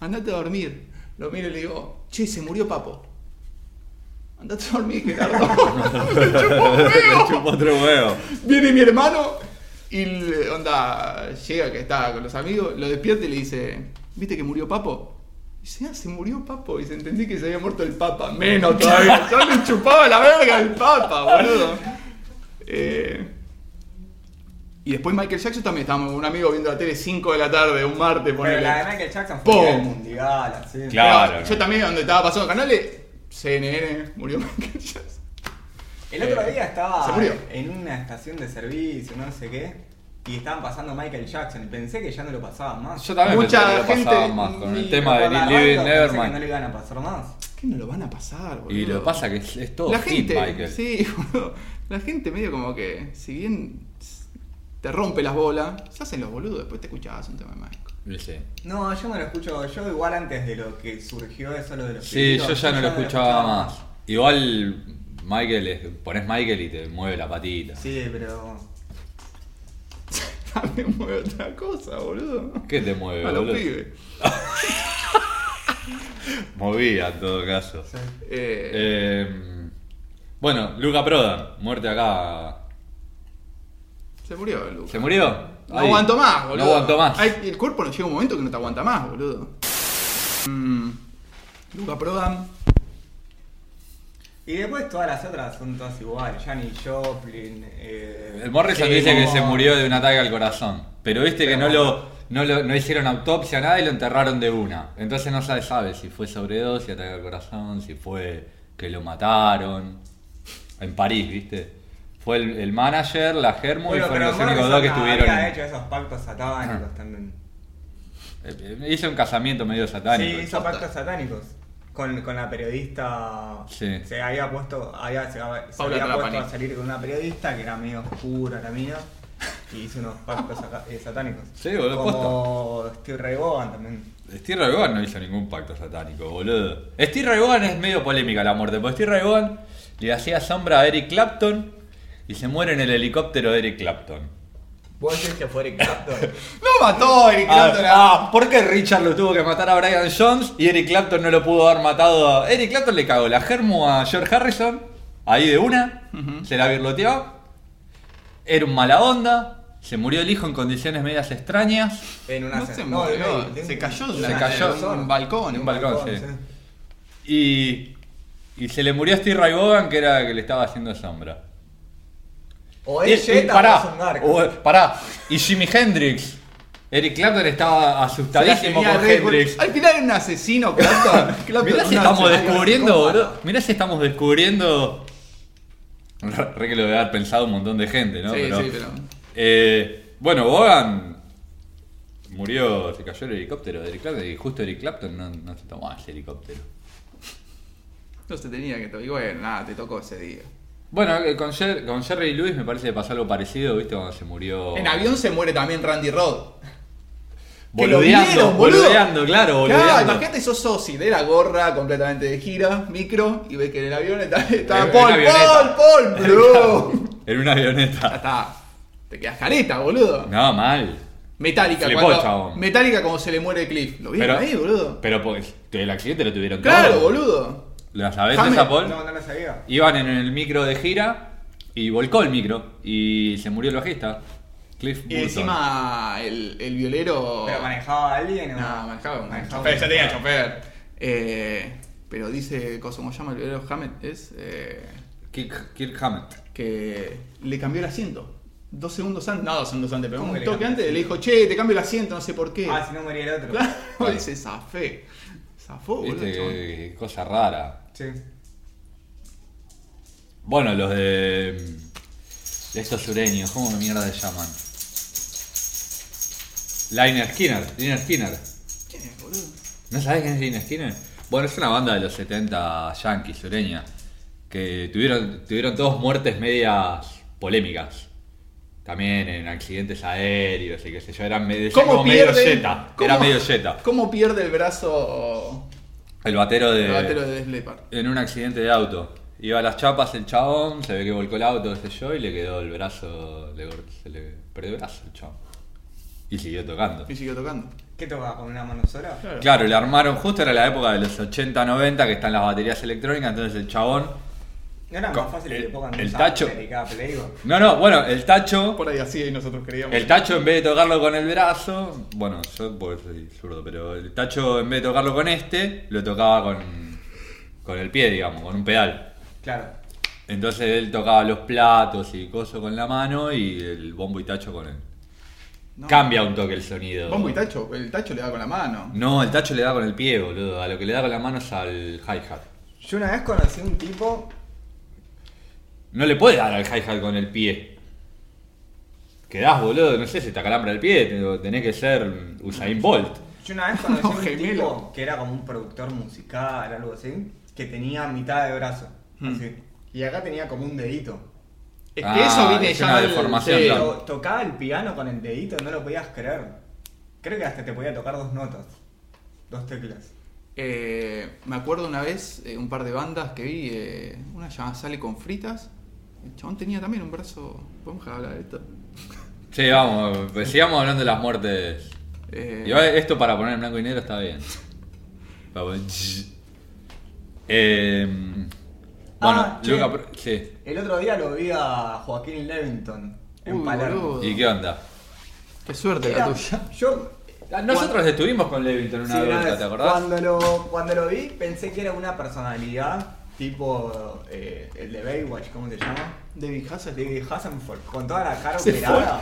[SPEAKER 3] andate a dormir. Lo miro y le digo, che, se murió Papo. Andate a dormir, Gerardo. Me chupó un
[SPEAKER 1] Le
[SPEAKER 3] huevo.
[SPEAKER 1] chupó otro huevo.
[SPEAKER 3] Viene mi hermano y le- onda, llega que está con los amigos, lo despierta y le dice, ¿viste que murió Papo? Dice, ah, se murió Papo. Y se entendí que se había muerto el Papa. Menos todavía. Yo le chupaba la verga al Papa, boludo. Eh, y después Michael Jackson también estábamos con un amigo viendo la tele 5 de la tarde, un martes,
[SPEAKER 2] Pero
[SPEAKER 3] ponele.
[SPEAKER 2] la de Michael Jackson fue la del
[SPEAKER 3] ¡Pum!
[SPEAKER 2] mundial, así.
[SPEAKER 1] Claro.
[SPEAKER 3] Yo también, donde estaba pasando canales, CNN, murió Michael Jackson.
[SPEAKER 2] El otro día
[SPEAKER 3] Se
[SPEAKER 2] estaba
[SPEAKER 3] murió.
[SPEAKER 2] en una estación de servicio, no sé qué, y estaban pasando Michael Jackson y pensé que ya no lo pasaban más.
[SPEAKER 1] Yo también
[SPEAKER 3] Mucha
[SPEAKER 1] pensé que lo
[SPEAKER 3] gente
[SPEAKER 1] pasaba más con
[SPEAKER 3] ni-
[SPEAKER 1] el tema de
[SPEAKER 2] Por la radio
[SPEAKER 1] Living
[SPEAKER 2] pensé que No
[SPEAKER 1] Nevermind.
[SPEAKER 2] le iban a pasar más.
[SPEAKER 3] ¿Qué no lo van a pasar, boludo?
[SPEAKER 1] Y lo que pasa que es, es todo
[SPEAKER 3] la
[SPEAKER 1] hit,
[SPEAKER 3] gente,
[SPEAKER 1] Michael.
[SPEAKER 3] sí, boludo. La gente medio como que, si bien te rompe las bolas, se hacen los boludos, después te escuchás un tema de Michael.
[SPEAKER 1] Sí, sí.
[SPEAKER 2] No, yo no lo escucho. Yo igual antes de lo que surgió eso, lo de los
[SPEAKER 1] Sí,
[SPEAKER 2] pedidos,
[SPEAKER 1] yo ya no lo escuchaba más. Igual Michael, es- pones Michael y te mueve la patita.
[SPEAKER 2] Sí, pero.
[SPEAKER 3] Me mueve otra cosa, boludo.
[SPEAKER 1] ¿Qué te mueve,
[SPEAKER 3] A los
[SPEAKER 1] Eh, boludo?
[SPEAKER 3] pibes.
[SPEAKER 1] Movía en todo caso.
[SPEAKER 2] sí.
[SPEAKER 3] Eh,
[SPEAKER 1] Eh, bueno, Luca Prodan, muerte acá.
[SPEAKER 3] se murió el Luca.
[SPEAKER 1] ¿Se murió?
[SPEAKER 3] No
[SPEAKER 1] Ahí.
[SPEAKER 3] aguanto más, boludo.
[SPEAKER 1] No aguanto más.
[SPEAKER 3] Ay, el cuerpo nos llega un momento que no te aguanta más, boludo. Mm, Luca Prodan.
[SPEAKER 2] Y después todas las otras son todas iguales. Janis Joplin. Eh,
[SPEAKER 1] El Morrison
[SPEAKER 2] Gilmour.
[SPEAKER 1] dice que se murió de un ataque al corazón. Pero viste que
[SPEAKER 2] Pero
[SPEAKER 1] no lo, no lo- no hicieron autopsia, nada y lo enterraron de una. Entonces no se sabe si fue sobredosis, ataque al corazón, si fue que lo mataron. En París, viste. Fue el, el manager, la Germo
[SPEAKER 2] Bueno,
[SPEAKER 1] y fueron
[SPEAKER 2] pero
[SPEAKER 1] los
[SPEAKER 2] Morrison
[SPEAKER 1] únicos dos que
[SPEAKER 2] había
[SPEAKER 1] estuvieron.
[SPEAKER 2] hecho esos pactos satánicos también.
[SPEAKER 1] en- eh, Hizo un casamiento medio satánico.
[SPEAKER 2] sí, hizo pactos satánicos. Con, con la periodista.
[SPEAKER 1] Sí.
[SPEAKER 2] Se había puesto. Había, se había- se
[SPEAKER 3] Paula
[SPEAKER 2] había puesto
[SPEAKER 3] Trapani.
[SPEAKER 2] a salir con una periodista que era medio oscura la mina. Y hizo unos pactos saca- eh, satánicos.
[SPEAKER 1] Sí, boludo,
[SPEAKER 2] Como Steve Ray Vaughan también.
[SPEAKER 1] Steve Ray Vaughan no hizo ningún pacto satánico, boludo. Steve Ray Vaughan es medio polémica la muerte, porque Steve Ray Vaughan le hacía sombra a Eric Clapton y se muere en el helicóptero de Eric Clapton.
[SPEAKER 2] ¿Vos decís que fue Eric Clapton?
[SPEAKER 3] No mató a Eric
[SPEAKER 1] Ah,
[SPEAKER 3] Clapton.
[SPEAKER 1] ah, ¿por qué Richard lo tuvo que matar a Brian Jones y Eric Clapton no lo pudo haber matado? a- Eric Clapton le cagó la germo a George Harrison, ahí de una,
[SPEAKER 3] Ujú.
[SPEAKER 1] se la virloteó. Era un mala onda, se murió el hijo en condiciones medias extrañas.
[SPEAKER 2] En una
[SPEAKER 3] No
[SPEAKER 2] ce-
[SPEAKER 3] se
[SPEAKER 2] no, de
[SPEAKER 3] murió,
[SPEAKER 2] medio, de un-
[SPEAKER 3] se cayó de
[SPEAKER 2] de
[SPEAKER 1] Se
[SPEAKER 3] una-
[SPEAKER 2] una
[SPEAKER 1] cayó
[SPEAKER 3] de un balcón.
[SPEAKER 1] de un
[SPEAKER 3] un
[SPEAKER 1] balcón. sí. Y, y se le murió a Steve Ray Vaughan, que era el que le estaba haciendo sombra.
[SPEAKER 2] O
[SPEAKER 1] Y- y
[SPEAKER 2] es Jetta o es
[SPEAKER 1] Eh,
[SPEAKER 2] un
[SPEAKER 1] pará,
[SPEAKER 2] garco.
[SPEAKER 1] o- pará, y Jimi Hendrix. Eric Clapton estaba asustadísimo
[SPEAKER 3] Tenía
[SPEAKER 1] con
[SPEAKER 3] Red Bull.
[SPEAKER 1] Hendrix.
[SPEAKER 3] Al final era un asesino, Clapton. Clapton
[SPEAKER 1] Mirá
[SPEAKER 3] era
[SPEAKER 1] si
[SPEAKER 3] un
[SPEAKER 1] estamos
[SPEAKER 3] asesino.
[SPEAKER 1] descubriendo,
[SPEAKER 2] ¿Cómo?
[SPEAKER 1] boludo. Mirá si estamos descubriendo. Re re que lo debe haber pensado un montón de gente, ¿no?
[SPEAKER 3] Sí, sí, pero-
[SPEAKER 1] Eh, bueno, Bogan murió, se cayó el helicóptero de Eric Clapton y justo Eric Clapton no, no se tomaba ese helicóptero.
[SPEAKER 3] No se tenía que tocar. Y bueno, nada, te tocó ese día.
[SPEAKER 1] Bueno, eh, con, Jer- con Jerry Lewis me parece que pasó algo parecido, ¿viste? Cuando se murió.
[SPEAKER 3] Oh. En avión se muere también Randy Rod. Que lo
[SPEAKER 1] Boludeando,
[SPEAKER 3] vieron, boludo.
[SPEAKER 1] boludeando, claro,
[SPEAKER 3] Claro,
[SPEAKER 1] boludeando.
[SPEAKER 3] imagínate, sos soci de la gorra completamente de gira, micro, y ves que en el avión está, está
[SPEAKER 1] En- en
[SPEAKER 3] Paul,
[SPEAKER 1] avioneta.
[SPEAKER 3] Paul, Paul, bro.
[SPEAKER 1] en una
[SPEAKER 3] Ya
[SPEAKER 1] avioneta.
[SPEAKER 3] está. Te quedas careta, boludo.
[SPEAKER 1] No, mal.
[SPEAKER 3] Metallica,
[SPEAKER 1] Flipó,
[SPEAKER 3] cuando,
[SPEAKER 1] chabón.
[SPEAKER 3] Metallica como se le muere Cliff. ¿Lo vieron ahí, boludo?
[SPEAKER 1] Pero pues, el accidente lo tuvieron
[SPEAKER 3] Claro,
[SPEAKER 1] todos.
[SPEAKER 3] boludo.
[SPEAKER 1] ¿La sabés
[SPEAKER 3] Hammer-
[SPEAKER 1] esa, Paul?
[SPEAKER 2] No, no lo sabía.
[SPEAKER 1] Iban en el micro de gira y volcó el micro y se murió el bajista. Cliff
[SPEAKER 3] Y
[SPEAKER 1] Burton.
[SPEAKER 3] encima el, el violero...
[SPEAKER 2] ¿Pero manejaba a alguien o
[SPEAKER 3] Oh. No, manejaba un
[SPEAKER 2] Manejaba
[SPEAKER 3] chofer,
[SPEAKER 2] un-
[SPEAKER 3] ya tenía chofer. Eh, pero dice, cosa, ¿cómo se llama el violero Hammett? Es eh,
[SPEAKER 1] Kirk, Kirk Hammett.
[SPEAKER 3] que le cambió el asiento. Dos segundos antes, no, dos segundos antes, pero
[SPEAKER 2] ¿Cómo
[SPEAKER 3] un
[SPEAKER 2] que le
[SPEAKER 3] toque
[SPEAKER 2] cambió
[SPEAKER 3] antes
[SPEAKER 2] el
[SPEAKER 3] le dijo, che, te cambio el asiento, no sé por qué.
[SPEAKER 2] Ah, si no moría el otro.
[SPEAKER 3] Claro,
[SPEAKER 1] Claro.
[SPEAKER 3] y se zafé. Zafó, Uh, boludo.
[SPEAKER 1] Viste,
[SPEAKER 3] chabón.
[SPEAKER 1] qué cosa rara.
[SPEAKER 2] Sí.
[SPEAKER 1] Bueno, los de. de estos sureños, ¿cómo me mierda se llaman? Liner Skinner, Liner Skinner.
[SPEAKER 3] Che, boludo.
[SPEAKER 1] ¿No sabés quién es Liner Skinner? Bueno, es una banda de los 70 yankees sureña. que tuvieron, tuvieron todos muertes medias polémicas. También en accidentes aéreos y qué sé yo, eran medio, como medio Z. Era
[SPEAKER 3] cómo-
[SPEAKER 1] medio Z.
[SPEAKER 3] ¿Cómo pierde el brazo
[SPEAKER 1] El batero de.
[SPEAKER 3] el batero de Def Leppard?
[SPEAKER 1] En un accidente de auto. Iba a las chapas el chabón, se ve que volcó el auto, qué sé yo, y le quedó el brazo. Le, cor- se le perdió el brazo el chabón. Y siguió tocando.
[SPEAKER 3] Y siguió tocando.
[SPEAKER 2] ¿Qué toca con una mano sola?
[SPEAKER 3] Claro.
[SPEAKER 1] Claro, le armaron justo, era la época de los 80-90 que están las baterías electrónicas, entonces el chabón.
[SPEAKER 2] No era
[SPEAKER 1] Con-
[SPEAKER 2] más fácil que le
[SPEAKER 1] el-
[SPEAKER 2] pongan
[SPEAKER 1] el
[SPEAKER 2] un
[SPEAKER 1] tacho.
[SPEAKER 2] sample de cada playboy.
[SPEAKER 1] No, no, bueno, el tacho.
[SPEAKER 3] Por ahí así y nosotros creíamos.
[SPEAKER 1] El tacho en vez de tocarlo con el brazo. Bueno, yo porque soy zurdo, pero el tacho en vez de tocarlo con este, lo tocaba con. con el pie, digamos, con un pedal.
[SPEAKER 2] Claro.
[SPEAKER 1] Entonces él tocaba los platos y cosas con la mano y el bombo y tacho con él.
[SPEAKER 3] No.
[SPEAKER 1] Cambia un toque el sonido.
[SPEAKER 3] Bombo y tacho, el tacho le da con la mano.
[SPEAKER 1] No, el tacho le da con el pie, boludo. A lo que le da con la mano es al hi-hat.
[SPEAKER 2] Yo una vez conocí a un tipo.
[SPEAKER 1] No le puede dar al hi-hat con el pie. Quedás, boludo, no sé si te acalambra el pie, te- tenés que ser Usain Bolt.
[SPEAKER 2] Yo una vez conocí a
[SPEAKER 3] No,
[SPEAKER 2] un
[SPEAKER 3] gemelo.
[SPEAKER 2] tipo que era como un productor musical, algo así, que tenía mitad de brazo.
[SPEAKER 1] Mm.
[SPEAKER 3] Hmm.
[SPEAKER 2] Así. Y acá tenía como un dedito.
[SPEAKER 3] Es que
[SPEAKER 1] Ah,
[SPEAKER 3] E-, eso viene
[SPEAKER 1] es
[SPEAKER 3] ya
[SPEAKER 1] una
[SPEAKER 3] del-
[SPEAKER 1] deformación,
[SPEAKER 3] sí.
[SPEAKER 1] claro.
[SPEAKER 2] Pero tocaba el piano con el dedito, no lo podías creer. Creo que hasta te podía tocar dos notas. Dos teclas.
[SPEAKER 3] Eh, me acuerdo una vez eh, un par de bandas que vi, eh, una llamada Sale con Fritas. El chabón tenía también un brazo. Vamos a hablar de esto.
[SPEAKER 1] Sí, vamos, pues sigamos hablando de las muertes.
[SPEAKER 3] Eh,
[SPEAKER 1] Igual esto para poner en blanco y negro está bien. Para poner- Eh, bueno,
[SPEAKER 2] Ah, che.
[SPEAKER 1] Luca, pro- sí.
[SPEAKER 2] El otro día lo vi a Joaquín Levington en
[SPEAKER 3] Uy,
[SPEAKER 2] Palermo.
[SPEAKER 3] boludo.
[SPEAKER 1] ¿Y qué onda? Ah,
[SPEAKER 3] Qué suerte
[SPEAKER 2] Era-
[SPEAKER 3] la tuya.
[SPEAKER 2] yo
[SPEAKER 1] Nosotros estuvimos con Levington una
[SPEAKER 2] Sí, una
[SPEAKER 1] vuelta,
[SPEAKER 2] vez.
[SPEAKER 1] ¿te acordás?
[SPEAKER 2] Cuando lo, cuando lo vi pensé que era una personalidad tipo eh, el de Baywatch, ¿cómo se llama?
[SPEAKER 3] David Hasselhoff.
[SPEAKER 2] David Hasselhoff, con toda la cara
[SPEAKER 3] Se
[SPEAKER 2] operada.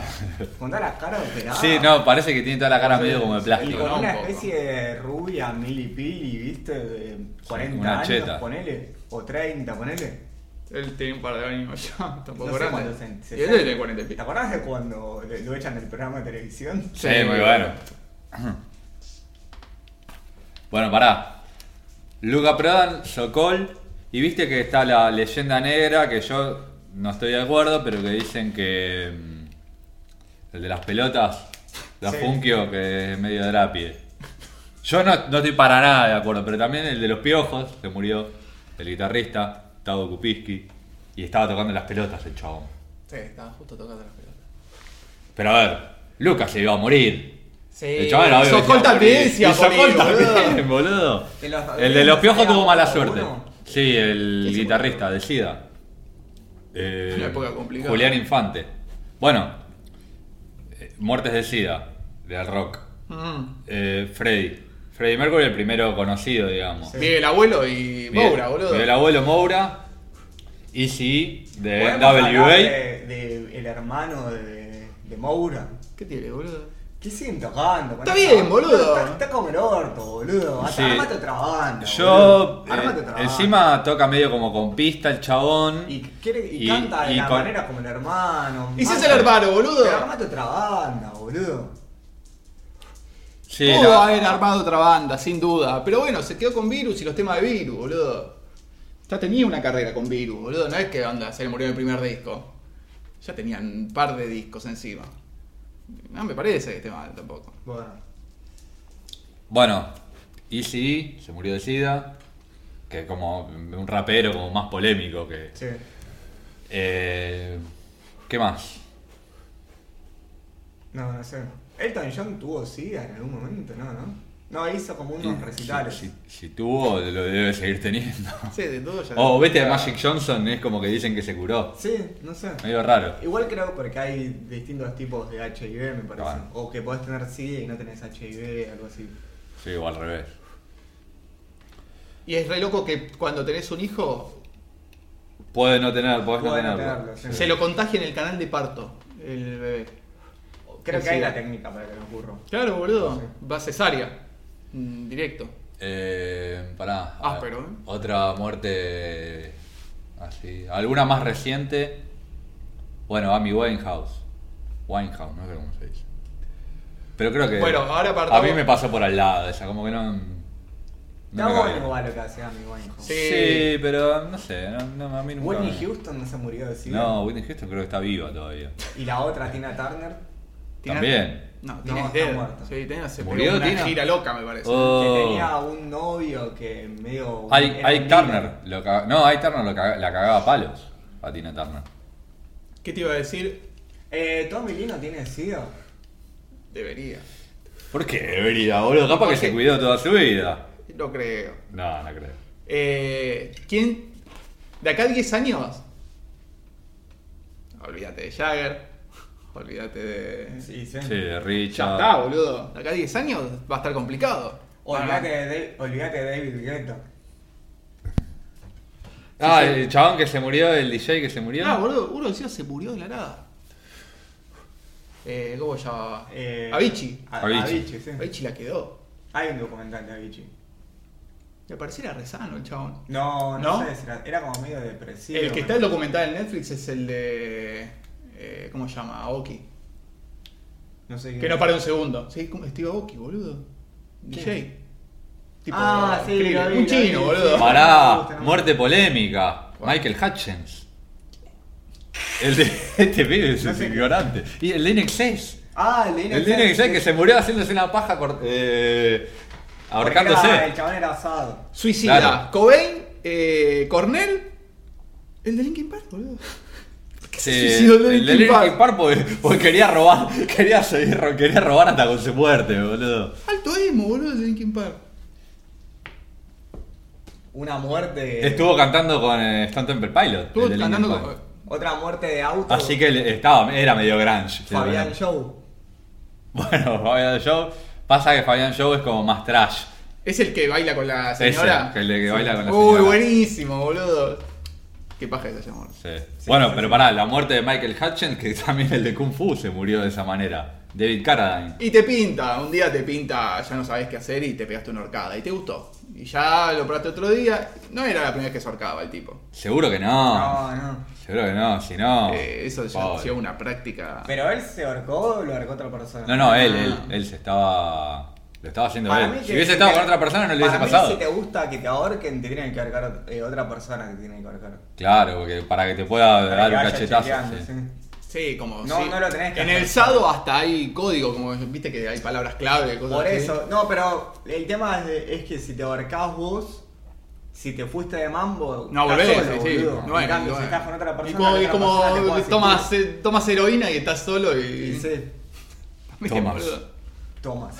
[SPEAKER 2] Con toda la cara operada.
[SPEAKER 1] Sí, no, parece que tiene toda la cara
[SPEAKER 2] Sí,
[SPEAKER 1] medio como de
[SPEAKER 2] Y
[SPEAKER 1] plástico,
[SPEAKER 2] con
[SPEAKER 1] ¿no?
[SPEAKER 2] una
[SPEAKER 3] Un poco.
[SPEAKER 2] especie de rubia milipili, viste, de 40
[SPEAKER 1] una
[SPEAKER 2] años,
[SPEAKER 1] cheta.
[SPEAKER 2] ponele, o 30, ponele.
[SPEAKER 3] Él tiene un par de años ya, tampoco
[SPEAKER 2] No sé
[SPEAKER 3] grande.
[SPEAKER 2] cuándo se- se-
[SPEAKER 3] y él es de 40 y
[SPEAKER 2] ¿Te
[SPEAKER 3] pico.
[SPEAKER 2] acordás de cuando le- lo echan del programa de televisión?
[SPEAKER 1] Sí, muy bueno. Bueno, pará. Luca Prodan, Sokol, y viste que está la leyenda negra, que yo no estoy de acuerdo, pero que dicen que... mm, El de las pelotas, la
[SPEAKER 2] Sí.
[SPEAKER 1] Funkio, que es medio drapie. Yo no, no estoy para nada de acuerdo, pero también el de los piojos, que murió, el guitarrista, Tado Kupiski, y estaba tocando las pelotas el chabón.
[SPEAKER 3] Sí, estaba justo tocando la pelota.
[SPEAKER 1] Pero a ver, Lucas se iba a morir.
[SPEAKER 3] Sí.
[SPEAKER 1] El chaval era obvio que
[SPEAKER 3] Sokol
[SPEAKER 1] se iba a
[SPEAKER 3] también
[SPEAKER 1] morir.
[SPEAKER 3] se iba a
[SPEAKER 1] Y Sokol
[SPEAKER 3] morir,
[SPEAKER 1] también, boludo.
[SPEAKER 2] De los-
[SPEAKER 1] El de los piojos
[SPEAKER 2] era
[SPEAKER 1] tuvo mala
[SPEAKER 2] uno.
[SPEAKER 1] suerte. Sí, el
[SPEAKER 3] ¿Quién se
[SPEAKER 1] guitarrista de SIDA. Eh,
[SPEAKER 3] Una época complicada.
[SPEAKER 1] Julián Infante. Bueno, eh, muertes de SIDA, del rock.
[SPEAKER 3] Mm.
[SPEAKER 1] Eh, Freddy. Freddy Mercury, el primero conocido, digamos.
[SPEAKER 2] Sí.
[SPEAKER 3] Miguel Abuelo y
[SPEAKER 1] Miguel-
[SPEAKER 3] Moura, boludo.
[SPEAKER 1] Miguel Abuelo Moura. Easy de
[SPEAKER 2] Podemos
[SPEAKER 1] NWA.
[SPEAKER 2] hablar De, de el hermano de, de Moura.
[SPEAKER 3] ¿Qué tiene, boludo?
[SPEAKER 2] ¿Qué siguen tocando? con
[SPEAKER 3] Está
[SPEAKER 2] esa-
[SPEAKER 3] bien, boludo.
[SPEAKER 2] Está, está como el orto, boludo. Hasta
[SPEAKER 1] Sí.
[SPEAKER 2] Armate otra banda.
[SPEAKER 1] Yo,
[SPEAKER 2] boludo.
[SPEAKER 1] eh,
[SPEAKER 2] Armate otra banda.
[SPEAKER 1] encima toca medio como con pista el chabón.
[SPEAKER 2] Y, quiere, y,
[SPEAKER 1] Y-
[SPEAKER 2] canta de
[SPEAKER 1] y
[SPEAKER 2] la
[SPEAKER 1] con-
[SPEAKER 2] manera como el hermano.
[SPEAKER 3] Y si es
[SPEAKER 2] Mate-
[SPEAKER 3] el hermano, boludo.
[SPEAKER 2] Pero armate otra banda, boludo.
[SPEAKER 1] Sí,
[SPEAKER 3] Pudo
[SPEAKER 1] la-
[SPEAKER 3] haber armado otra banda, sin duda. Pero bueno, se quedó con Virus y los temas de Virus, boludo. Ya tenía una carrera con Virus, boludo. No es que onda, se le murió en el primer disco. Ya tenían un par de discos encima. No me parece que esté mal tampoco.
[SPEAKER 2] Bueno.
[SPEAKER 1] Bueno, Easy E se murió de sida, que es como un rapero como más polémico que.
[SPEAKER 2] Sí.
[SPEAKER 1] Eh, ¿Qué más?
[SPEAKER 2] No, no sé. Elton John tuvo SIDA en algún momento, ¿no? No, no hizo como unos recitales.
[SPEAKER 1] Si, si- si tuvo, lo debe seguir teniendo.
[SPEAKER 2] Ah.
[SPEAKER 3] Sí, de todo ya.
[SPEAKER 1] O vete a Magic Johnson, es como que dicen que se curó.
[SPEAKER 2] Sí, no sé.
[SPEAKER 1] Medio raro.
[SPEAKER 2] Igual creo porque hay distintos tipos de HIV, me parece.
[SPEAKER 1] Claro.
[SPEAKER 2] O que podés tener SIDA y no tenés HIV, algo así.
[SPEAKER 1] Sí, o al revés.
[SPEAKER 3] Y es re loco que cuando tenés un hijo,
[SPEAKER 1] Puede no tener, podés
[SPEAKER 2] Puede
[SPEAKER 1] no
[SPEAKER 2] no
[SPEAKER 1] tenerlo.
[SPEAKER 2] tenerlo, sí.
[SPEAKER 3] se lo contagia en el canal de parto, el bebé.
[SPEAKER 2] Creo
[SPEAKER 3] Sí,
[SPEAKER 2] que hay
[SPEAKER 3] sí.
[SPEAKER 2] la técnica para que no ocurra.
[SPEAKER 3] Claro, boludo.
[SPEAKER 2] Sí.
[SPEAKER 3] Va cesárea. Mm, Directo.
[SPEAKER 1] Eh, pará. a ver,
[SPEAKER 3] Áspero, ¿eh?
[SPEAKER 1] Otra muerte así. ¿Alguna más reciente? Bueno, Amy Winehouse. Winehouse, no sé cómo se dice. Pero creo que.
[SPEAKER 3] Bueno, ahora
[SPEAKER 1] A
[SPEAKER 3] partamos-
[SPEAKER 1] mí me pasó por al lado esa, como que no.
[SPEAKER 2] Está
[SPEAKER 1] me
[SPEAKER 2] bueno
[SPEAKER 1] cabe.
[SPEAKER 2] igual lo que hace Amy Winehouse.
[SPEAKER 3] Sí.
[SPEAKER 1] Sí, pero no sé, no, no, a mí nunca.
[SPEAKER 2] Whitney
[SPEAKER 1] me-
[SPEAKER 2] Houston no se murió de SIDA.
[SPEAKER 1] No, Whitney Houston creo que está viva todavía.
[SPEAKER 2] Y la otra, Tina Turner.
[SPEAKER 3] Tina-
[SPEAKER 1] También.
[SPEAKER 3] No,
[SPEAKER 2] No,
[SPEAKER 3] Tina es
[SPEAKER 2] está
[SPEAKER 3] dead.
[SPEAKER 2] muerta.
[SPEAKER 3] Sí, Tina se
[SPEAKER 1] ¿Murió
[SPEAKER 3] pegó una
[SPEAKER 1] Tina?
[SPEAKER 3] gira loca, me parece.
[SPEAKER 1] Oh.
[SPEAKER 2] Que tenía un novio que medio.
[SPEAKER 1] Hay,
[SPEAKER 2] era
[SPEAKER 1] hay
[SPEAKER 2] un
[SPEAKER 1] Turner, lo caga- no, hay Turner lo caga- la cagaba a palos a Tina Turner.
[SPEAKER 3] ¿Qué te iba a decir?
[SPEAKER 2] Eh, Tommy Lee no tiene SIDA.
[SPEAKER 3] Debería.
[SPEAKER 1] ¿Por qué debería, boludo? Capaz que se cuidó toda su vida.
[SPEAKER 3] No creo.
[SPEAKER 1] No, no creo.
[SPEAKER 3] Eh, ¿Quién? ¿De acá a 10 años? Olvídate de Jagger. Olvídate de.
[SPEAKER 2] Sí, sí.
[SPEAKER 1] Sí,
[SPEAKER 3] Ya
[SPEAKER 1] Richard.
[SPEAKER 3] está, boludo. De acá a 10 años va a estar complicado.
[SPEAKER 2] Olvídate, de, olvídate de David Guetta.
[SPEAKER 1] Ah, el chabón que se murió, el DJ que se murió.
[SPEAKER 3] Ah, boludo, uno encima se murió de la nada. Eh, ¿Cómo se llamaba?
[SPEAKER 2] Eh,
[SPEAKER 3] Avicii.
[SPEAKER 2] A-
[SPEAKER 1] Avicii.
[SPEAKER 2] Avicii, sí.
[SPEAKER 3] Avicii la quedó.
[SPEAKER 2] Hay un documental de Avicii.
[SPEAKER 3] Me pareciera rezano el chabón.
[SPEAKER 2] No, no,
[SPEAKER 3] ¿No?
[SPEAKER 2] sé, era, era como medio depresivo.
[SPEAKER 3] el que está el documental en Netflix es el de. eh, ¿Cómo se llama? Aoki.
[SPEAKER 2] No sé
[SPEAKER 3] Que
[SPEAKER 2] quién
[SPEAKER 3] no
[SPEAKER 2] es.
[SPEAKER 3] para un segundo. Sí, ¿cómo? Steve Aoki, boludo. DJ.
[SPEAKER 2] ¿Quién? Ah, sí,
[SPEAKER 3] Krillin.
[SPEAKER 2] lo vi,
[SPEAKER 3] Un
[SPEAKER 2] lo
[SPEAKER 3] chino,
[SPEAKER 2] vi, sí. No
[SPEAKER 3] boludo.
[SPEAKER 2] me gusta,
[SPEAKER 1] Pará,
[SPEAKER 2] no me
[SPEAKER 1] muerte polémica. Michael Hutchins. El de este pibe es
[SPEAKER 2] No sé
[SPEAKER 1] un
[SPEAKER 2] qué-
[SPEAKER 1] ignorante. Y el de INXS.
[SPEAKER 2] Ah, el de
[SPEAKER 1] El de INXS que se murió haciéndose una paja cort- eh,
[SPEAKER 2] Porque era-
[SPEAKER 1] ahorcándose.
[SPEAKER 2] El chabón era asado.
[SPEAKER 3] Suicida.
[SPEAKER 1] Claro.
[SPEAKER 3] Cobain, eh, Cornell. El de Linkin Park, boludo. ¿Por qué se
[SPEAKER 1] Sí,
[SPEAKER 3] suicidó el de
[SPEAKER 1] el de
[SPEAKER 3] Linkin Park?
[SPEAKER 1] Linkin Park porque, porque quería robar, quería seguir, ro- quería robar hasta con su muerte, boludo.
[SPEAKER 3] Alto emo, boludo, el de Linkin Park.
[SPEAKER 2] Una muerte.
[SPEAKER 1] Estuvo cantando con eh, Stone Temple Pilot.
[SPEAKER 3] Estuvo
[SPEAKER 1] el de Linkin
[SPEAKER 3] cantando
[SPEAKER 1] Park.
[SPEAKER 2] eh,
[SPEAKER 3] con.
[SPEAKER 2] Otra muerte de auto.
[SPEAKER 1] Así que él estaba, era medio grunge.
[SPEAKER 2] Fabián Show.
[SPEAKER 1] Bueno, Fabián Show. Pasa que Fabián Show es como más trash.
[SPEAKER 3] ¿Es el que baila con la señora?
[SPEAKER 1] Ese, que el de que baila con la
[SPEAKER 3] Uy,
[SPEAKER 1] señora.
[SPEAKER 3] buenísimo, boludo. Qué paja ese amor.
[SPEAKER 1] Sí.
[SPEAKER 2] Sí,
[SPEAKER 1] Bueno,
[SPEAKER 2] sí,
[SPEAKER 1] pero
[SPEAKER 2] sí.
[SPEAKER 1] pará, la muerte de Michael Hutchins, que también el de Kung Fu se murió de esa manera. David Carradine.
[SPEAKER 3] Y te pinta, un día te pinta, ya no sabes qué hacer y te pegaste una horcada y te gustó. Y ya lo probaste otro día, no era la primera vez que se horcaba el tipo.
[SPEAKER 1] Seguro que no.
[SPEAKER 2] No, no.
[SPEAKER 1] Seguro que no, si no.
[SPEAKER 3] Eh, eso ya ha
[SPEAKER 1] pobre.
[SPEAKER 3] sido una práctica.
[SPEAKER 2] Pero él se ahorcó o lo ahorcó otra persona.
[SPEAKER 1] No, no, él,
[SPEAKER 3] Ah.
[SPEAKER 1] él, él se estaba. Lo estaba haciendo
[SPEAKER 2] Para mí
[SPEAKER 1] él.
[SPEAKER 2] que-
[SPEAKER 1] Si hubiese estado
[SPEAKER 2] que-
[SPEAKER 1] con otra persona, no le hubiese
[SPEAKER 2] para mí,
[SPEAKER 1] pasado.
[SPEAKER 2] si te gusta que te ahorquen, te tienen que ahorcar eh, otra persona que te tienen que ahorcar.
[SPEAKER 1] Claro, porque para que te pueda
[SPEAKER 2] Para
[SPEAKER 1] dar
[SPEAKER 2] que
[SPEAKER 1] un
[SPEAKER 2] vaya
[SPEAKER 1] cachetazo.
[SPEAKER 2] chequeando,
[SPEAKER 1] sí.
[SPEAKER 2] sí.
[SPEAKER 3] Sí, como.
[SPEAKER 2] No,
[SPEAKER 3] sí.
[SPEAKER 2] no lo tenés que
[SPEAKER 3] En
[SPEAKER 2] hacer.
[SPEAKER 3] el SADO hasta hay código, como viste que hay palabras clave, cosas
[SPEAKER 2] Por
[SPEAKER 3] así.
[SPEAKER 2] eso, no, pero el tema es, de- es que si te ahorcás vos, si te fuiste de mambo,
[SPEAKER 3] No,
[SPEAKER 2] estás
[SPEAKER 3] volvés,
[SPEAKER 2] solo,
[SPEAKER 3] sí, sí.
[SPEAKER 2] boludo.
[SPEAKER 3] No
[SPEAKER 2] en
[SPEAKER 3] es-
[SPEAKER 2] cambio,
[SPEAKER 3] no
[SPEAKER 2] si
[SPEAKER 3] es.
[SPEAKER 2] estás con otra persona,
[SPEAKER 3] Y como,
[SPEAKER 2] la
[SPEAKER 3] y
[SPEAKER 2] otra
[SPEAKER 3] como eh".
[SPEAKER 2] persona te puede asistir.
[SPEAKER 3] tomas, eh, tomas heroína y estás solo y.
[SPEAKER 2] Y sí,
[SPEAKER 3] Viste,
[SPEAKER 1] Tomas.
[SPEAKER 3] boludo.
[SPEAKER 2] Tomas.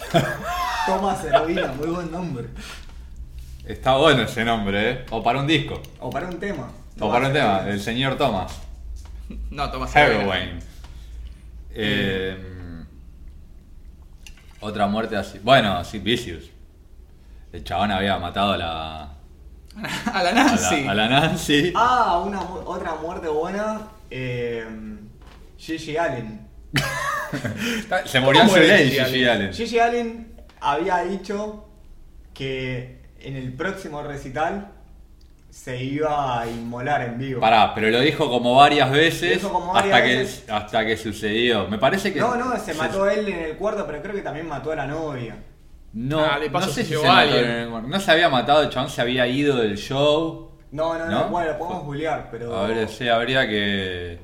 [SPEAKER 2] Tomas heroína, muy buen nombre.
[SPEAKER 1] Está bueno ese nombre, ¿eh? O para un disco.
[SPEAKER 2] O para un tema.
[SPEAKER 1] O
[SPEAKER 2] Tomás
[SPEAKER 1] para un tema,
[SPEAKER 2] heroína.
[SPEAKER 1] el señor Thomas.
[SPEAKER 3] No, tomas
[SPEAKER 1] Heroin. Eh, otra muerte así. Bueno, sí, Vicious. El chabón había matado a la.
[SPEAKER 3] A la
[SPEAKER 1] a la-
[SPEAKER 3] Nancy.
[SPEAKER 1] a la Nancy.
[SPEAKER 2] Ah, una, mu- otra muerte buena. Eh, Gigi Allen.
[SPEAKER 1] Se murió en su
[SPEAKER 3] ¿Cómo murió
[SPEAKER 1] ley,
[SPEAKER 3] Gigi
[SPEAKER 1] Gigi Allen.
[SPEAKER 2] Gigi Allen había dicho que en el próximo recital se iba a inmolar en vivo.
[SPEAKER 1] Pará, pero lo dijo como varias veces.
[SPEAKER 2] Lo dijo como varias
[SPEAKER 1] hasta,
[SPEAKER 2] veces.
[SPEAKER 1] Que, hasta que sucedió. Me parece que.
[SPEAKER 2] No, no, se mató él en el cuarto, pero creo que también mató a la novia.
[SPEAKER 1] No,
[SPEAKER 3] Ah, de paso
[SPEAKER 1] no sé
[SPEAKER 3] se
[SPEAKER 1] si
[SPEAKER 3] llevó
[SPEAKER 1] se
[SPEAKER 3] a
[SPEAKER 1] mató
[SPEAKER 3] alguien.
[SPEAKER 1] en el cuarto. No se había matado, el chabón se había ido del show.
[SPEAKER 2] No, no, no,
[SPEAKER 1] ¿No?
[SPEAKER 2] bueno, lo podemos googlear, pero.
[SPEAKER 1] A ver, sí, habría que.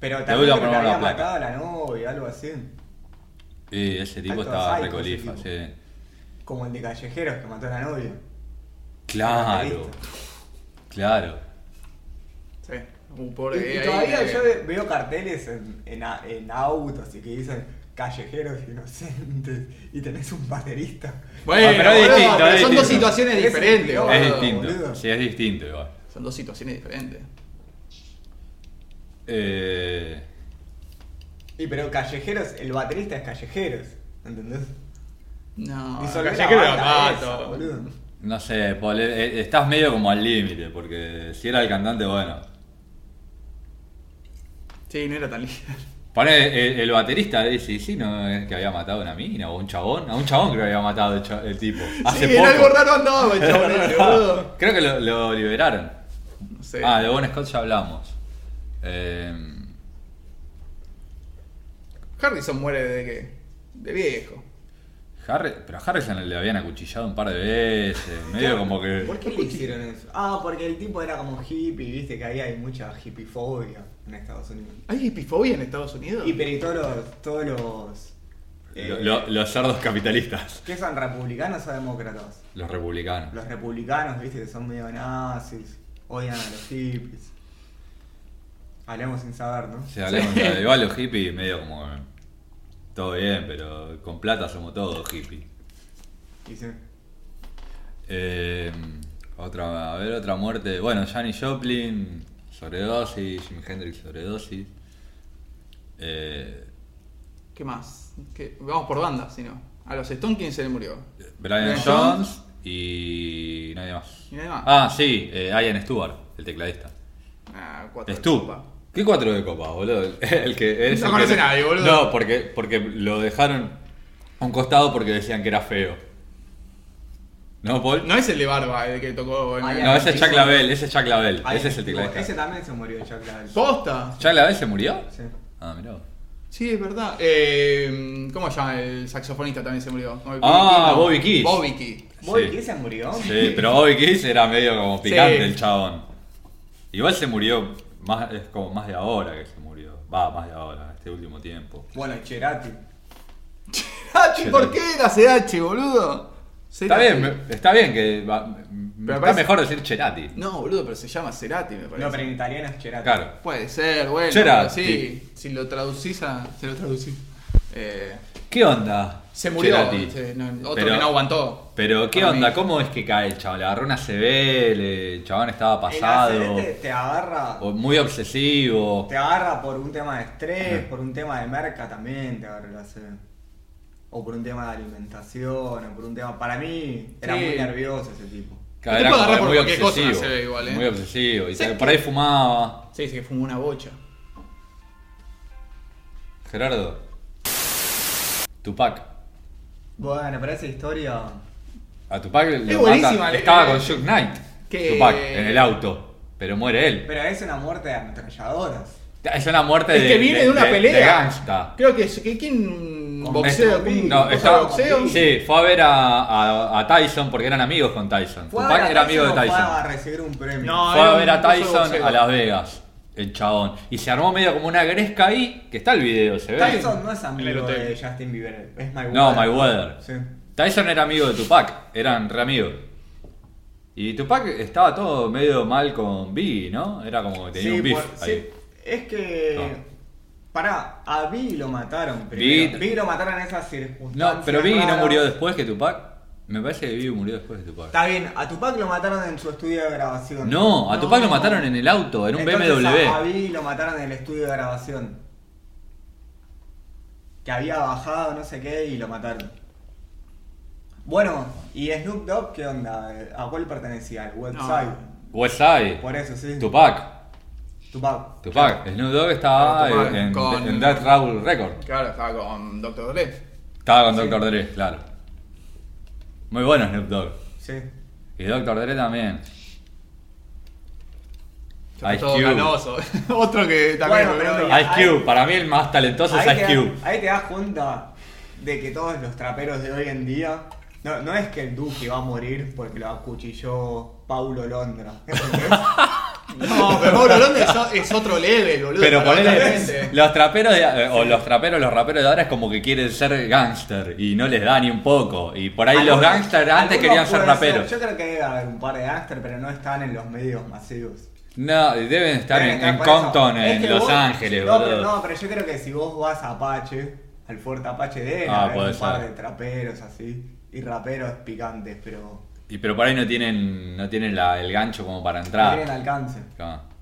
[SPEAKER 2] Pero
[SPEAKER 1] Le voy
[SPEAKER 2] también
[SPEAKER 1] a
[SPEAKER 2] creo que
[SPEAKER 1] poner la
[SPEAKER 2] había
[SPEAKER 1] placa.
[SPEAKER 2] matado a la novia, algo así.
[SPEAKER 1] Eh, ese tipo
[SPEAKER 2] Alto
[SPEAKER 1] estaba
[SPEAKER 2] psycho,
[SPEAKER 1] recolifa,
[SPEAKER 2] ese
[SPEAKER 1] sí.
[SPEAKER 2] tipo. Como el de Callejeros que mató a la novia.
[SPEAKER 1] Claro, claro.
[SPEAKER 3] Sí. Uh,
[SPEAKER 2] Y, y todavía
[SPEAKER 3] eh,
[SPEAKER 2] yo ve- veo carteles en, en, a- en autos y que dicen callejeros inocentes y tenés un baterista.
[SPEAKER 3] Bueno,
[SPEAKER 1] Ah, pero es
[SPEAKER 3] boludo,
[SPEAKER 1] distinto,
[SPEAKER 3] pero
[SPEAKER 1] es
[SPEAKER 3] son dos
[SPEAKER 1] distinto.
[SPEAKER 3] situaciones
[SPEAKER 2] Es
[SPEAKER 3] diferentes,
[SPEAKER 2] distinto,
[SPEAKER 3] boludo.
[SPEAKER 1] es
[SPEAKER 2] boludo.
[SPEAKER 1] distinto, sí, es distinto igual.
[SPEAKER 3] Son dos situaciones diferentes.
[SPEAKER 1] Eh,
[SPEAKER 2] Y pero callejeros, el baterista es callejeros, ¿entendés?
[SPEAKER 3] No.
[SPEAKER 2] Disolver
[SPEAKER 3] Ah, Callejero
[SPEAKER 2] la
[SPEAKER 3] era
[SPEAKER 2] banda
[SPEAKER 3] pato.
[SPEAKER 2] esa, boludo.
[SPEAKER 1] no sé, Paul, eh, eh, estás medio como al límite, porque si era el cantante, bueno.
[SPEAKER 3] Sí, no era tan lindo.
[SPEAKER 1] Pone el, el baterista de sí, no es que había matado a una mina o a un chabón. A un chabón creo que había matado el, cha- el tipo. Hace
[SPEAKER 3] sí,
[SPEAKER 1] poco.
[SPEAKER 3] en algo raro andaba el chabón ese, boludo.
[SPEAKER 1] creo que lo, lo liberaron.
[SPEAKER 3] No sé.
[SPEAKER 1] Ah, de Bon Scott ya hablamos. Eh,
[SPEAKER 3] Harrison muere de qué? De viejo.
[SPEAKER 1] Harry, pero a Harrison le habían acuchillado un par de veces, medio como
[SPEAKER 2] ¿Por
[SPEAKER 1] que.
[SPEAKER 2] qué le hicieron eso? Ah, porque el tipo era como hippie, viste que ahí hay mucha hippiefobia en Estados Unidos.
[SPEAKER 3] ¿Hay hipifobia en Estados Unidos?
[SPEAKER 2] Y pero y todos los. Todos los eh,
[SPEAKER 1] lo- lo- los cerdos capitalistas,
[SPEAKER 2] ¿Qué son republicanos o demócratas?
[SPEAKER 1] los republicanos.
[SPEAKER 2] Los republicanos, viste, que son medio nazis, odian a los hippies. Hablemos sin saber, ¿no?
[SPEAKER 1] Se hablemos de igual los hippies, medio como. eh, Todo bien, pero con plata somos todos hippies.
[SPEAKER 2] Dicen,
[SPEAKER 1] Eh, otra, a ver, otra muerte. Bueno, Janis Joplin, sobredosis, Jimi Hendrix, sobredosis. Eh,
[SPEAKER 3] ¿Qué más? ¿Qué? Vamos por bandas, si no. A los Stone, ¿quién se le murió?
[SPEAKER 1] Brian
[SPEAKER 3] Brian
[SPEAKER 1] Jones y nadie más.
[SPEAKER 3] Y nadie más.
[SPEAKER 1] Ah, sí, eh, Ian Stewart, el tecladista.
[SPEAKER 3] Ah, cuatro. de
[SPEAKER 1] Stu.
[SPEAKER 3] copa.
[SPEAKER 1] ¿Qué cuatro de copa, boludo? El- El que es
[SPEAKER 3] No
[SPEAKER 1] el
[SPEAKER 3] conoce
[SPEAKER 1] que-
[SPEAKER 3] nadie, boludo.
[SPEAKER 1] No, porque, porque lo dejaron a un costado porque decían que era feo. ¿No, Paul? No,
[SPEAKER 3] No es el de barba el que tocó en
[SPEAKER 2] Ah,
[SPEAKER 3] el-
[SPEAKER 2] ya.
[SPEAKER 1] ese es Chuck Lavelle, ese es Chuck Lavelle,
[SPEAKER 2] "Ay,
[SPEAKER 1] ese es el
[SPEAKER 2] tipo,
[SPEAKER 1] tecladista.
[SPEAKER 2] Ese también se murió, Chuck Lavelle.
[SPEAKER 3] ¿Posta?
[SPEAKER 1] ¿Chuck Lavelle se murió?
[SPEAKER 2] Sí.
[SPEAKER 1] Ah, mirá. vos.
[SPEAKER 3] Sí, es verdad. Eh, ¿Cómo se llama? El saxofonista también se murió. Bobby
[SPEAKER 1] Ah,
[SPEAKER 3] Keys, ¿no?
[SPEAKER 1] Bobby Keys.
[SPEAKER 3] Bobby Keys.
[SPEAKER 2] ¿Boy
[SPEAKER 1] Sí.
[SPEAKER 2] qué se murió?
[SPEAKER 1] Sí, pero Bobby Kiss era medio como picante
[SPEAKER 3] Sí.
[SPEAKER 1] el chabón. Igual se murió, más, es como más de ahora que se murió. Va, más de ahora, este último tiempo.
[SPEAKER 2] Bueno, Cherati.
[SPEAKER 3] H, ¿por qué era CH, boludo?
[SPEAKER 1] Está
[SPEAKER 3] Cerati.
[SPEAKER 1] bien, me- está bien que va-
[SPEAKER 3] Pero
[SPEAKER 1] está
[SPEAKER 3] parece-
[SPEAKER 1] mejor decir Cherati.
[SPEAKER 3] No, boludo, pero se llama Cerati, me parece.
[SPEAKER 2] No, pero en italiano es Cherati.
[SPEAKER 1] Claro.
[SPEAKER 3] Puede ser, bueno.
[SPEAKER 1] Cerati.
[SPEAKER 3] pero Sí, si lo traducís a. Se lo traducís. Eh,
[SPEAKER 1] ¿Qué onda?
[SPEAKER 3] se murió.
[SPEAKER 1] Cerati?
[SPEAKER 3] sí, no, otro
[SPEAKER 1] Pero-
[SPEAKER 3] que no aguantó.
[SPEAKER 1] Pero ¿qué
[SPEAKER 3] Para
[SPEAKER 1] onda?
[SPEAKER 3] mí.
[SPEAKER 1] ¿Cómo es que cae el chabón? Le agarró una CB, el chabón estaba
[SPEAKER 2] El
[SPEAKER 1] pasado,
[SPEAKER 2] accidente te agarra.
[SPEAKER 1] o muy obsesivo.
[SPEAKER 2] Te agarra por un tema de estrés, por un tema de merca también te agarra la sed. O por un tema de alimentación, o por un tema. Para mí, era
[SPEAKER 3] Sí.
[SPEAKER 2] muy nervioso ese tipo.
[SPEAKER 1] Era
[SPEAKER 3] te puede
[SPEAKER 1] como
[SPEAKER 3] agarrar por
[SPEAKER 1] muy
[SPEAKER 3] cualquier cosa una
[SPEAKER 1] obsesivo,
[SPEAKER 3] CB igual, ¿eh?
[SPEAKER 1] Muy obsesivo. Y
[SPEAKER 3] ¿Sabes
[SPEAKER 1] por
[SPEAKER 3] qué?
[SPEAKER 1] ahí fumaba.
[SPEAKER 3] Sí, dice que fumó una bocha.
[SPEAKER 1] Gerardo. Tupac.
[SPEAKER 2] Bueno, pero esa historia.
[SPEAKER 1] A Tupac lo
[SPEAKER 3] Es buenísima,
[SPEAKER 1] matan.
[SPEAKER 3] le-
[SPEAKER 1] Estaba
[SPEAKER 3] le-
[SPEAKER 1] con Shook Knight.
[SPEAKER 3] que-
[SPEAKER 1] Tupac en el auto. Pero muere él.
[SPEAKER 2] Pero es una muerte de ametralladoras.
[SPEAKER 1] Es una muerte
[SPEAKER 3] Es
[SPEAKER 1] Este de.
[SPEAKER 3] que viene de una pelea.
[SPEAKER 1] De gangsta.
[SPEAKER 3] Creo que es. Que, ¿Quién
[SPEAKER 2] Con
[SPEAKER 3] boxeo?
[SPEAKER 2] Mr.
[SPEAKER 3] ¿Quién-
[SPEAKER 2] Big.
[SPEAKER 1] Este, No,
[SPEAKER 3] cosa
[SPEAKER 1] estaba-
[SPEAKER 3] de boxeo?
[SPEAKER 1] Sí, fue a ver a, a- a Tyson porque eran amigos con Tyson.
[SPEAKER 2] ¿Fue a
[SPEAKER 1] Tupac
[SPEAKER 2] ver a
[SPEAKER 1] era amigo de
[SPEAKER 2] Tyson o
[SPEAKER 1] Tyson.
[SPEAKER 2] Fue a recibir un premio.
[SPEAKER 3] No.
[SPEAKER 1] Fue
[SPEAKER 3] era
[SPEAKER 1] a
[SPEAKER 3] un
[SPEAKER 1] ver a
[SPEAKER 3] coso de
[SPEAKER 1] Tyson
[SPEAKER 3] boxeo.
[SPEAKER 1] a Las Vegas. El chabón. Y se armó medio como una gresca ahí. Que está el video, se ve.
[SPEAKER 2] Tyson no es
[SPEAKER 3] En el
[SPEAKER 2] amigo
[SPEAKER 3] hotel.
[SPEAKER 2] de Justin Bieber, es My
[SPEAKER 1] No, Mayweather.
[SPEAKER 2] Sí.
[SPEAKER 1] Tyson era amigo de Tupac, eran re amigos. Y Tupac estaba todo medio mal con Biggie, ¿no? Era como que tenía
[SPEAKER 2] Sí,
[SPEAKER 1] un beef
[SPEAKER 2] por-
[SPEAKER 1] ahí.
[SPEAKER 2] sí, es que. Pará, a Biggie lo mataron primero.
[SPEAKER 1] Biggie-
[SPEAKER 2] Biggie, lo mataron en esas circunstancias.
[SPEAKER 1] No, pero Biggie no
[SPEAKER 2] raras.
[SPEAKER 1] murió después que Tupac. Me parece que Biggie murió después de Tupac.
[SPEAKER 2] Está bien, a Tupac lo mataron en su estudio de grabación.
[SPEAKER 1] No, a Tupac lo mataron en el auto, en un
[SPEAKER 2] Entonces, ah, A, a
[SPEAKER 1] BMW.
[SPEAKER 2] Biggie lo mataron en el estudio de grabación. Que había bajado, no sé qué, y lo mataron. Bueno, ¿y Snoop Dogg qué onda? ¿A cuál pertenecía? ¿Al website?
[SPEAKER 1] Westside.
[SPEAKER 2] Por eso, sí.
[SPEAKER 1] Tupac.
[SPEAKER 2] Tupac.
[SPEAKER 1] Tupac. Snoop Dogg estaba eh,
[SPEAKER 3] Claro, Tupac,
[SPEAKER 1] en,
[SPEAKER 3] con-
[SPEAKER 1] en Death Raul Record.
[SPEAKER 3] Claro, estaba con Dr. Dre.
[SPEAKER 1] Estaba con Dr. Dre, claro. Muy bueno Snoop Dogg.
[SPEAKER 2] Sí.
[SPEAKER 1] Y Dr. Dre también.
[SPEAKER 3] Ya
[SPEAKER 1] Ice
[SPEAKER 3] está todo
[SPEAKER 1] Cube.
[SPEAKER 3] canoso. Otro que también.
[SPEAKER 2] Bueno, pero
[SPEAKER 3] boludo.
[SPEAKER 2] ya-
[SPEAKER 1] Ice Cube, para mí el más talentoso es
[SPEAKER 2] Ahí
[SPEAKER 1] Ice
[SPEAKER 2] te,
[SPEAKER 1] Cube.
[SPEAKER 2] das, ahí te das cuenta de que todos los traperos de hoy en día. No, no es que el Duque va a morir porque lo acuchilló Paulo Londra. ¿entendés?
[SPEAKER 3] No, pero Pablo Londra es, o- es otro level, boludo.
[SPEAKER 1] Pero
[SPEAKER 3] para otra
[SPEAKER 1] ponele,
[SPEAKER 3] gente.
[SPEAKER 1] los traperos de- eh, o los traperos, los raperos de ahora es como que quieren ser gángster y no les da ni un poco. Y por ahí los
[SPEAKER 2] Algunos-
[SPEAKER 1] gángsters antes
[SPEAKER 2] algunos
[SPEAKER 1] querían ser
[SPEAKER 2] puede
[SPEAKER 1] raperos.
[SPEAKER 2] Yo creo que debe haber un par de gángster, pero no están en los medios masivos.
[SPEAKER 1] No, deben estar
[SPEAKER 2] Deben
[SPEAKER 1] en, en
[SPEAKER 2] por eso.
[SPEAKER 1] Compton,
[SPEAKER 2] Es que
[SPEAKER 1] en Los
[SPEAKER 2] vos-
[SPEAKER 1] Ángeles,
[SPEAKER 2] no,
[SPEAKER 1] boludo.
[SPEAKER 2] Pero, no, pero yo creo que si vos vas a Apache, al fuerte Apache deben
[SPEAKER 1] Ah,
[SPEAKER 2] haber
[SPEAKER 1] puede
[SPEAKER 2] un par
[SPEAKER 1] ser.
[SPEAKER 2] de traperos así. Y raperos picantes, pero
[SPEAKER 1] Y pero por ahí no tienen, no tienen la- el gancho como para
[SPEAKER 2] no
[SPEAKER 1] entrar.
[SPEAKER 2] tienen alcance.
[SPEAKER 1] Como-